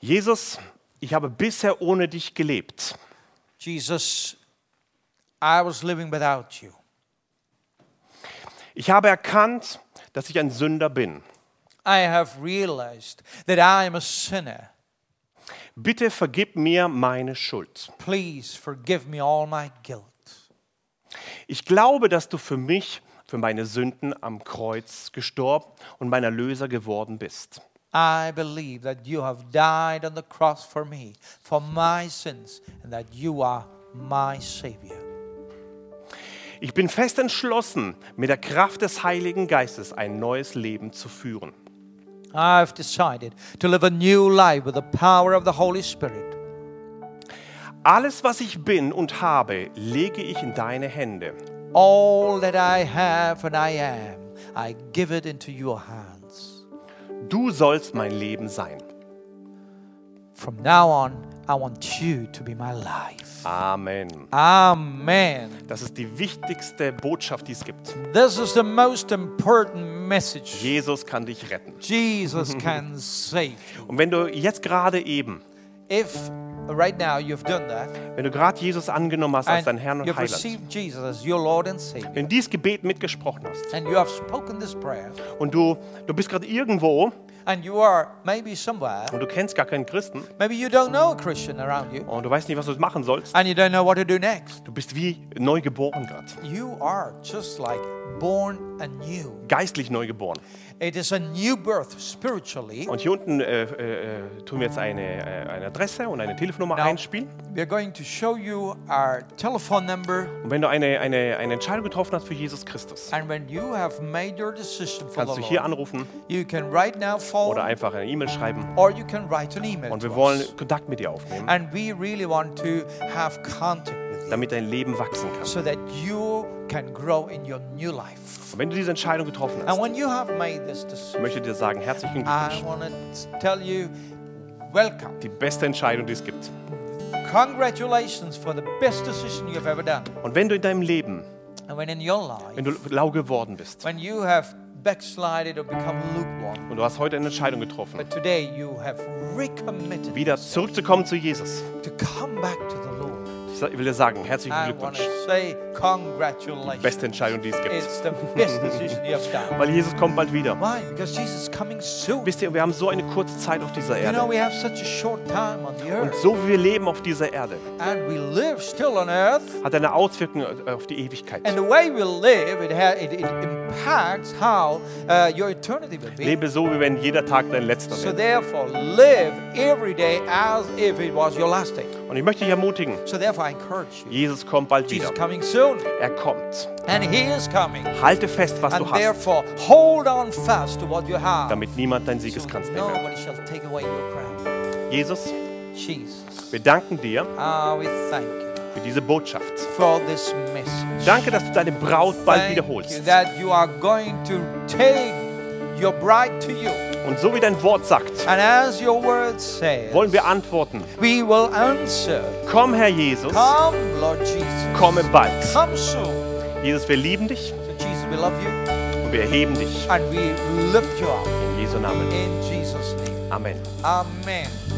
Speaker 1: Jesus, ich habe bisher ohne dich gelebt.
Speaker 2: Jesus, I was living without you.
Speaker 1: Ich habe erkannt, dass ich ein Sünder bin.
Speaker 2: I have realized that I am a sinner.
Speaker 1: Bitte vergib mir meine Schuld.
Speaker 2: Please forgive me all my guilt.
Speaker 1: Ich glaube, dass du für mich, für meine Sünden am Kreuz gestorben und mein Erlöser geworden bist.
Speaker 2: I believe that you have died on the cross for me, for my sins, and that you are my Savior.
Speaker 1: Ich bin fest entschlossen, mit der Kraft des Heiligen Geistes ein neues Leben zu führen.
Speaker 2: I've decided to live a new life with the power of the Holy Spirit.
Speaker 1: Alles, was ich bin und habe, lege ich in deine Hände.
Speaker 2: All that I have and I am, I give it into your hands.
Speaker 1: Du sollst mein Leben sein.
Speaker 2: From now on, I want you to be my life.
Speaker 1: Amen.
Speaker 2: Amen.
Speaker 1: Das ist die wichtigste Botschaft, die es gibt.
Speaker 2: This is the most important message.
Speaker 1: Jesus kann dich retten.
Speaker 2: [laughs] Jesus can save you.
Speaker 1: Und wenn du jetzt gerade eben,
Speaker 2: If right now you've done that
Speaker 1: wenn du gerade Jesus angenommen hast als deinen Herrn
Speaker 2: and
Speaker 1: und
Speaker 2: you've
Speaker 1: Heiland,
Speaker 2: received Jesus as your Lord and Savior,
Speaker 1: wenn du dieses Gebet mitgesprochen hast
Speaker 2: and you have spoken this prayer,
Speaker 1: und du, du bist gerade irgendwo
Speaker 2: and you are maybe somewhere,
Speaker 1: und du kennst gar keinen Christen
Speaker 2: maybe you don't know a Christian around you,
Speaker 1: und du weißt nicht, was du machen sollst,
Speaker 2: and you don't know what to do next,
Speaker 1: du bist wie neu geboren gerade,
Speaker 2: you are just like born anew.
Speaker 1: geistlich neu geboren.
Speaker 2: It is a new birth spiritually.
Speaker 1: Und hier unten äh, äh, äh, tun wir jetzt eine, äh, eine Adresse und eine Telefonnummer
Speaker 2: Now-
Speaker 1: einspielen.
Speaker 2: We're going to show you our telephone number.
Speaker 1: Und wenn du eine, eine, eine Entscheidung getroffen hast für Jesus Christus,
Speaker 2: And when you have made your decision for the
Speaker 1: kannst du hier
Speaker 2: Lord,
Speaker 1: anrufen
Speaker 2: you can right now
Speaker 1: oder
Speaker 2: phone
Speaker 1: einfach eine E-Mail schreiben.
Speaker 2: or you can write an email.
Speaker 1: Und wir
Speaker 2: To us.
Speaker 1: wollen Kontakt mit dir aufnehmen,
Speaker 2: And we really want to have contact with you
Speaker 1: damit dein Leben wachsen kann.
Speaker 2: so that you can grow in your new life.
Speaker 1: Und wenn du diese Entscheidung getroffen
Speaker 2: And
Speaker 1: hast,
Speaker 2: when you have made this decision,
Speaker 1: möchte ich dir sagen, herzlichen
Speaker 2: I
Speaker 1: Glückwunsch.
Speaker 2: want to tell you, welcome.
Speaker 1: Die beste Entscheidung, die es gibt.
Speaker 2: Congratulations for the best decision you've ever done.
Speaker 1: Und wenn du in deinem Leben,
Speaker 2: And when in your life,
Speaker 1: wenn du lau geworden bist
Speaker 2: when you have backslided or become lukewarm,
Speaker 1: und du hast heute eine Entscheidung getroffen,
Speaker 2: but today you have recommitted
Speaker 1: wieder zurückzukommen zu Jesus,
Speaker 2: to come back to the Lord,
Speaker 1: ich sa- will dir sagen, herzlichen
Speaker 2: I want
Speaker 1: Glückwunsch.
Speaker 2: to say congratulations.
Speaker 1: Beste Entscheidung, die es gibt.
Speaker 2: It's the best decision you have done.
Speaker 1: Weil Jesus kommt bald wieder.
Speaker 2: Why? Because Jesus is coming soon.
Speaker 1: Wisst ihr, wir haben so eine kurze Zeit auf dieser
Speaker 2: You know,
Speaker 1: Erde.
Speaker 2: we have such a short time on the
Speaker 1: Und
Speaker 2: earth,
Speaker 1: so wie wir leben auf dieser Erde,
Speaker 2: and we live still on earth.
Speaker 1: hat eine Auswirkung äh, auf die Ewigkeit.
Speaker 2: And the way we live, it, ha- it, it impacts how uh, your eternity will be.
Speaker 1: Lebe so, wie wenn jeder Tag dein letzter
Speaker 2: So
Speaker 1: wäre.
Speaker 2: therefore, live every day as if it was your last day.
Speaker 1: Und ich möchte dich ermutigen,
Speaker 2: So therefore, I encourage you.
Speaker 1: Jesus kommt bald
Speaker 2: Jesus
Speaker 1: wieder.
Speaker 2: is coming soon,
Speaker 1: Er kommt.
Speaker 2: and He is coming.
Speaker 1: Halte fest, was
Speaker 2: And
Speaker 1: du hast,
Speaker 2: therefore, hold on fast to what you have.
Speaker 1: damit niemand dein
Speaker 2: so
Speaker 1: Siegeskranz nimmt.
Speaker 2: nobody shall take away your crown.
Speaker 1: Jesus,
Speaker 2: Jesus,
Speaker 1: wir danken dir
Speaker 2: ah, we thank you
Speaker 1: für diese Botschaft.
Speaker 2: for this message.
Speaker 1: Danke, dass du deine Braut bald
Speaker 2: Thank you
Speaker 1: wiederholst.
Speaker 2: that you are going to take your bride to you.
Speaker 1: Und so wie dein Wort sagt,
Speaker 2: And as your word says,
Speaker 1: wollen wir antworten.
Speaker 2: we will answer.
Speaker 1: Komm, Herr Jesus,
Speaker 2: Come, Lord Jesus.
Speaker 1: komme bald.
Speaker 2: Come soon.
Speaker 1: Jesus, wir lieben dich
Speaker 2: So Jesus, we love you
Speaker 1: und wir erheben dich.
Speaker 2: and we lift you up
Speaker 1: In Jesu Namen.
Speaker 2: in Jesus' name.
Speaker 1: Amen.
Speaker 2: Amen.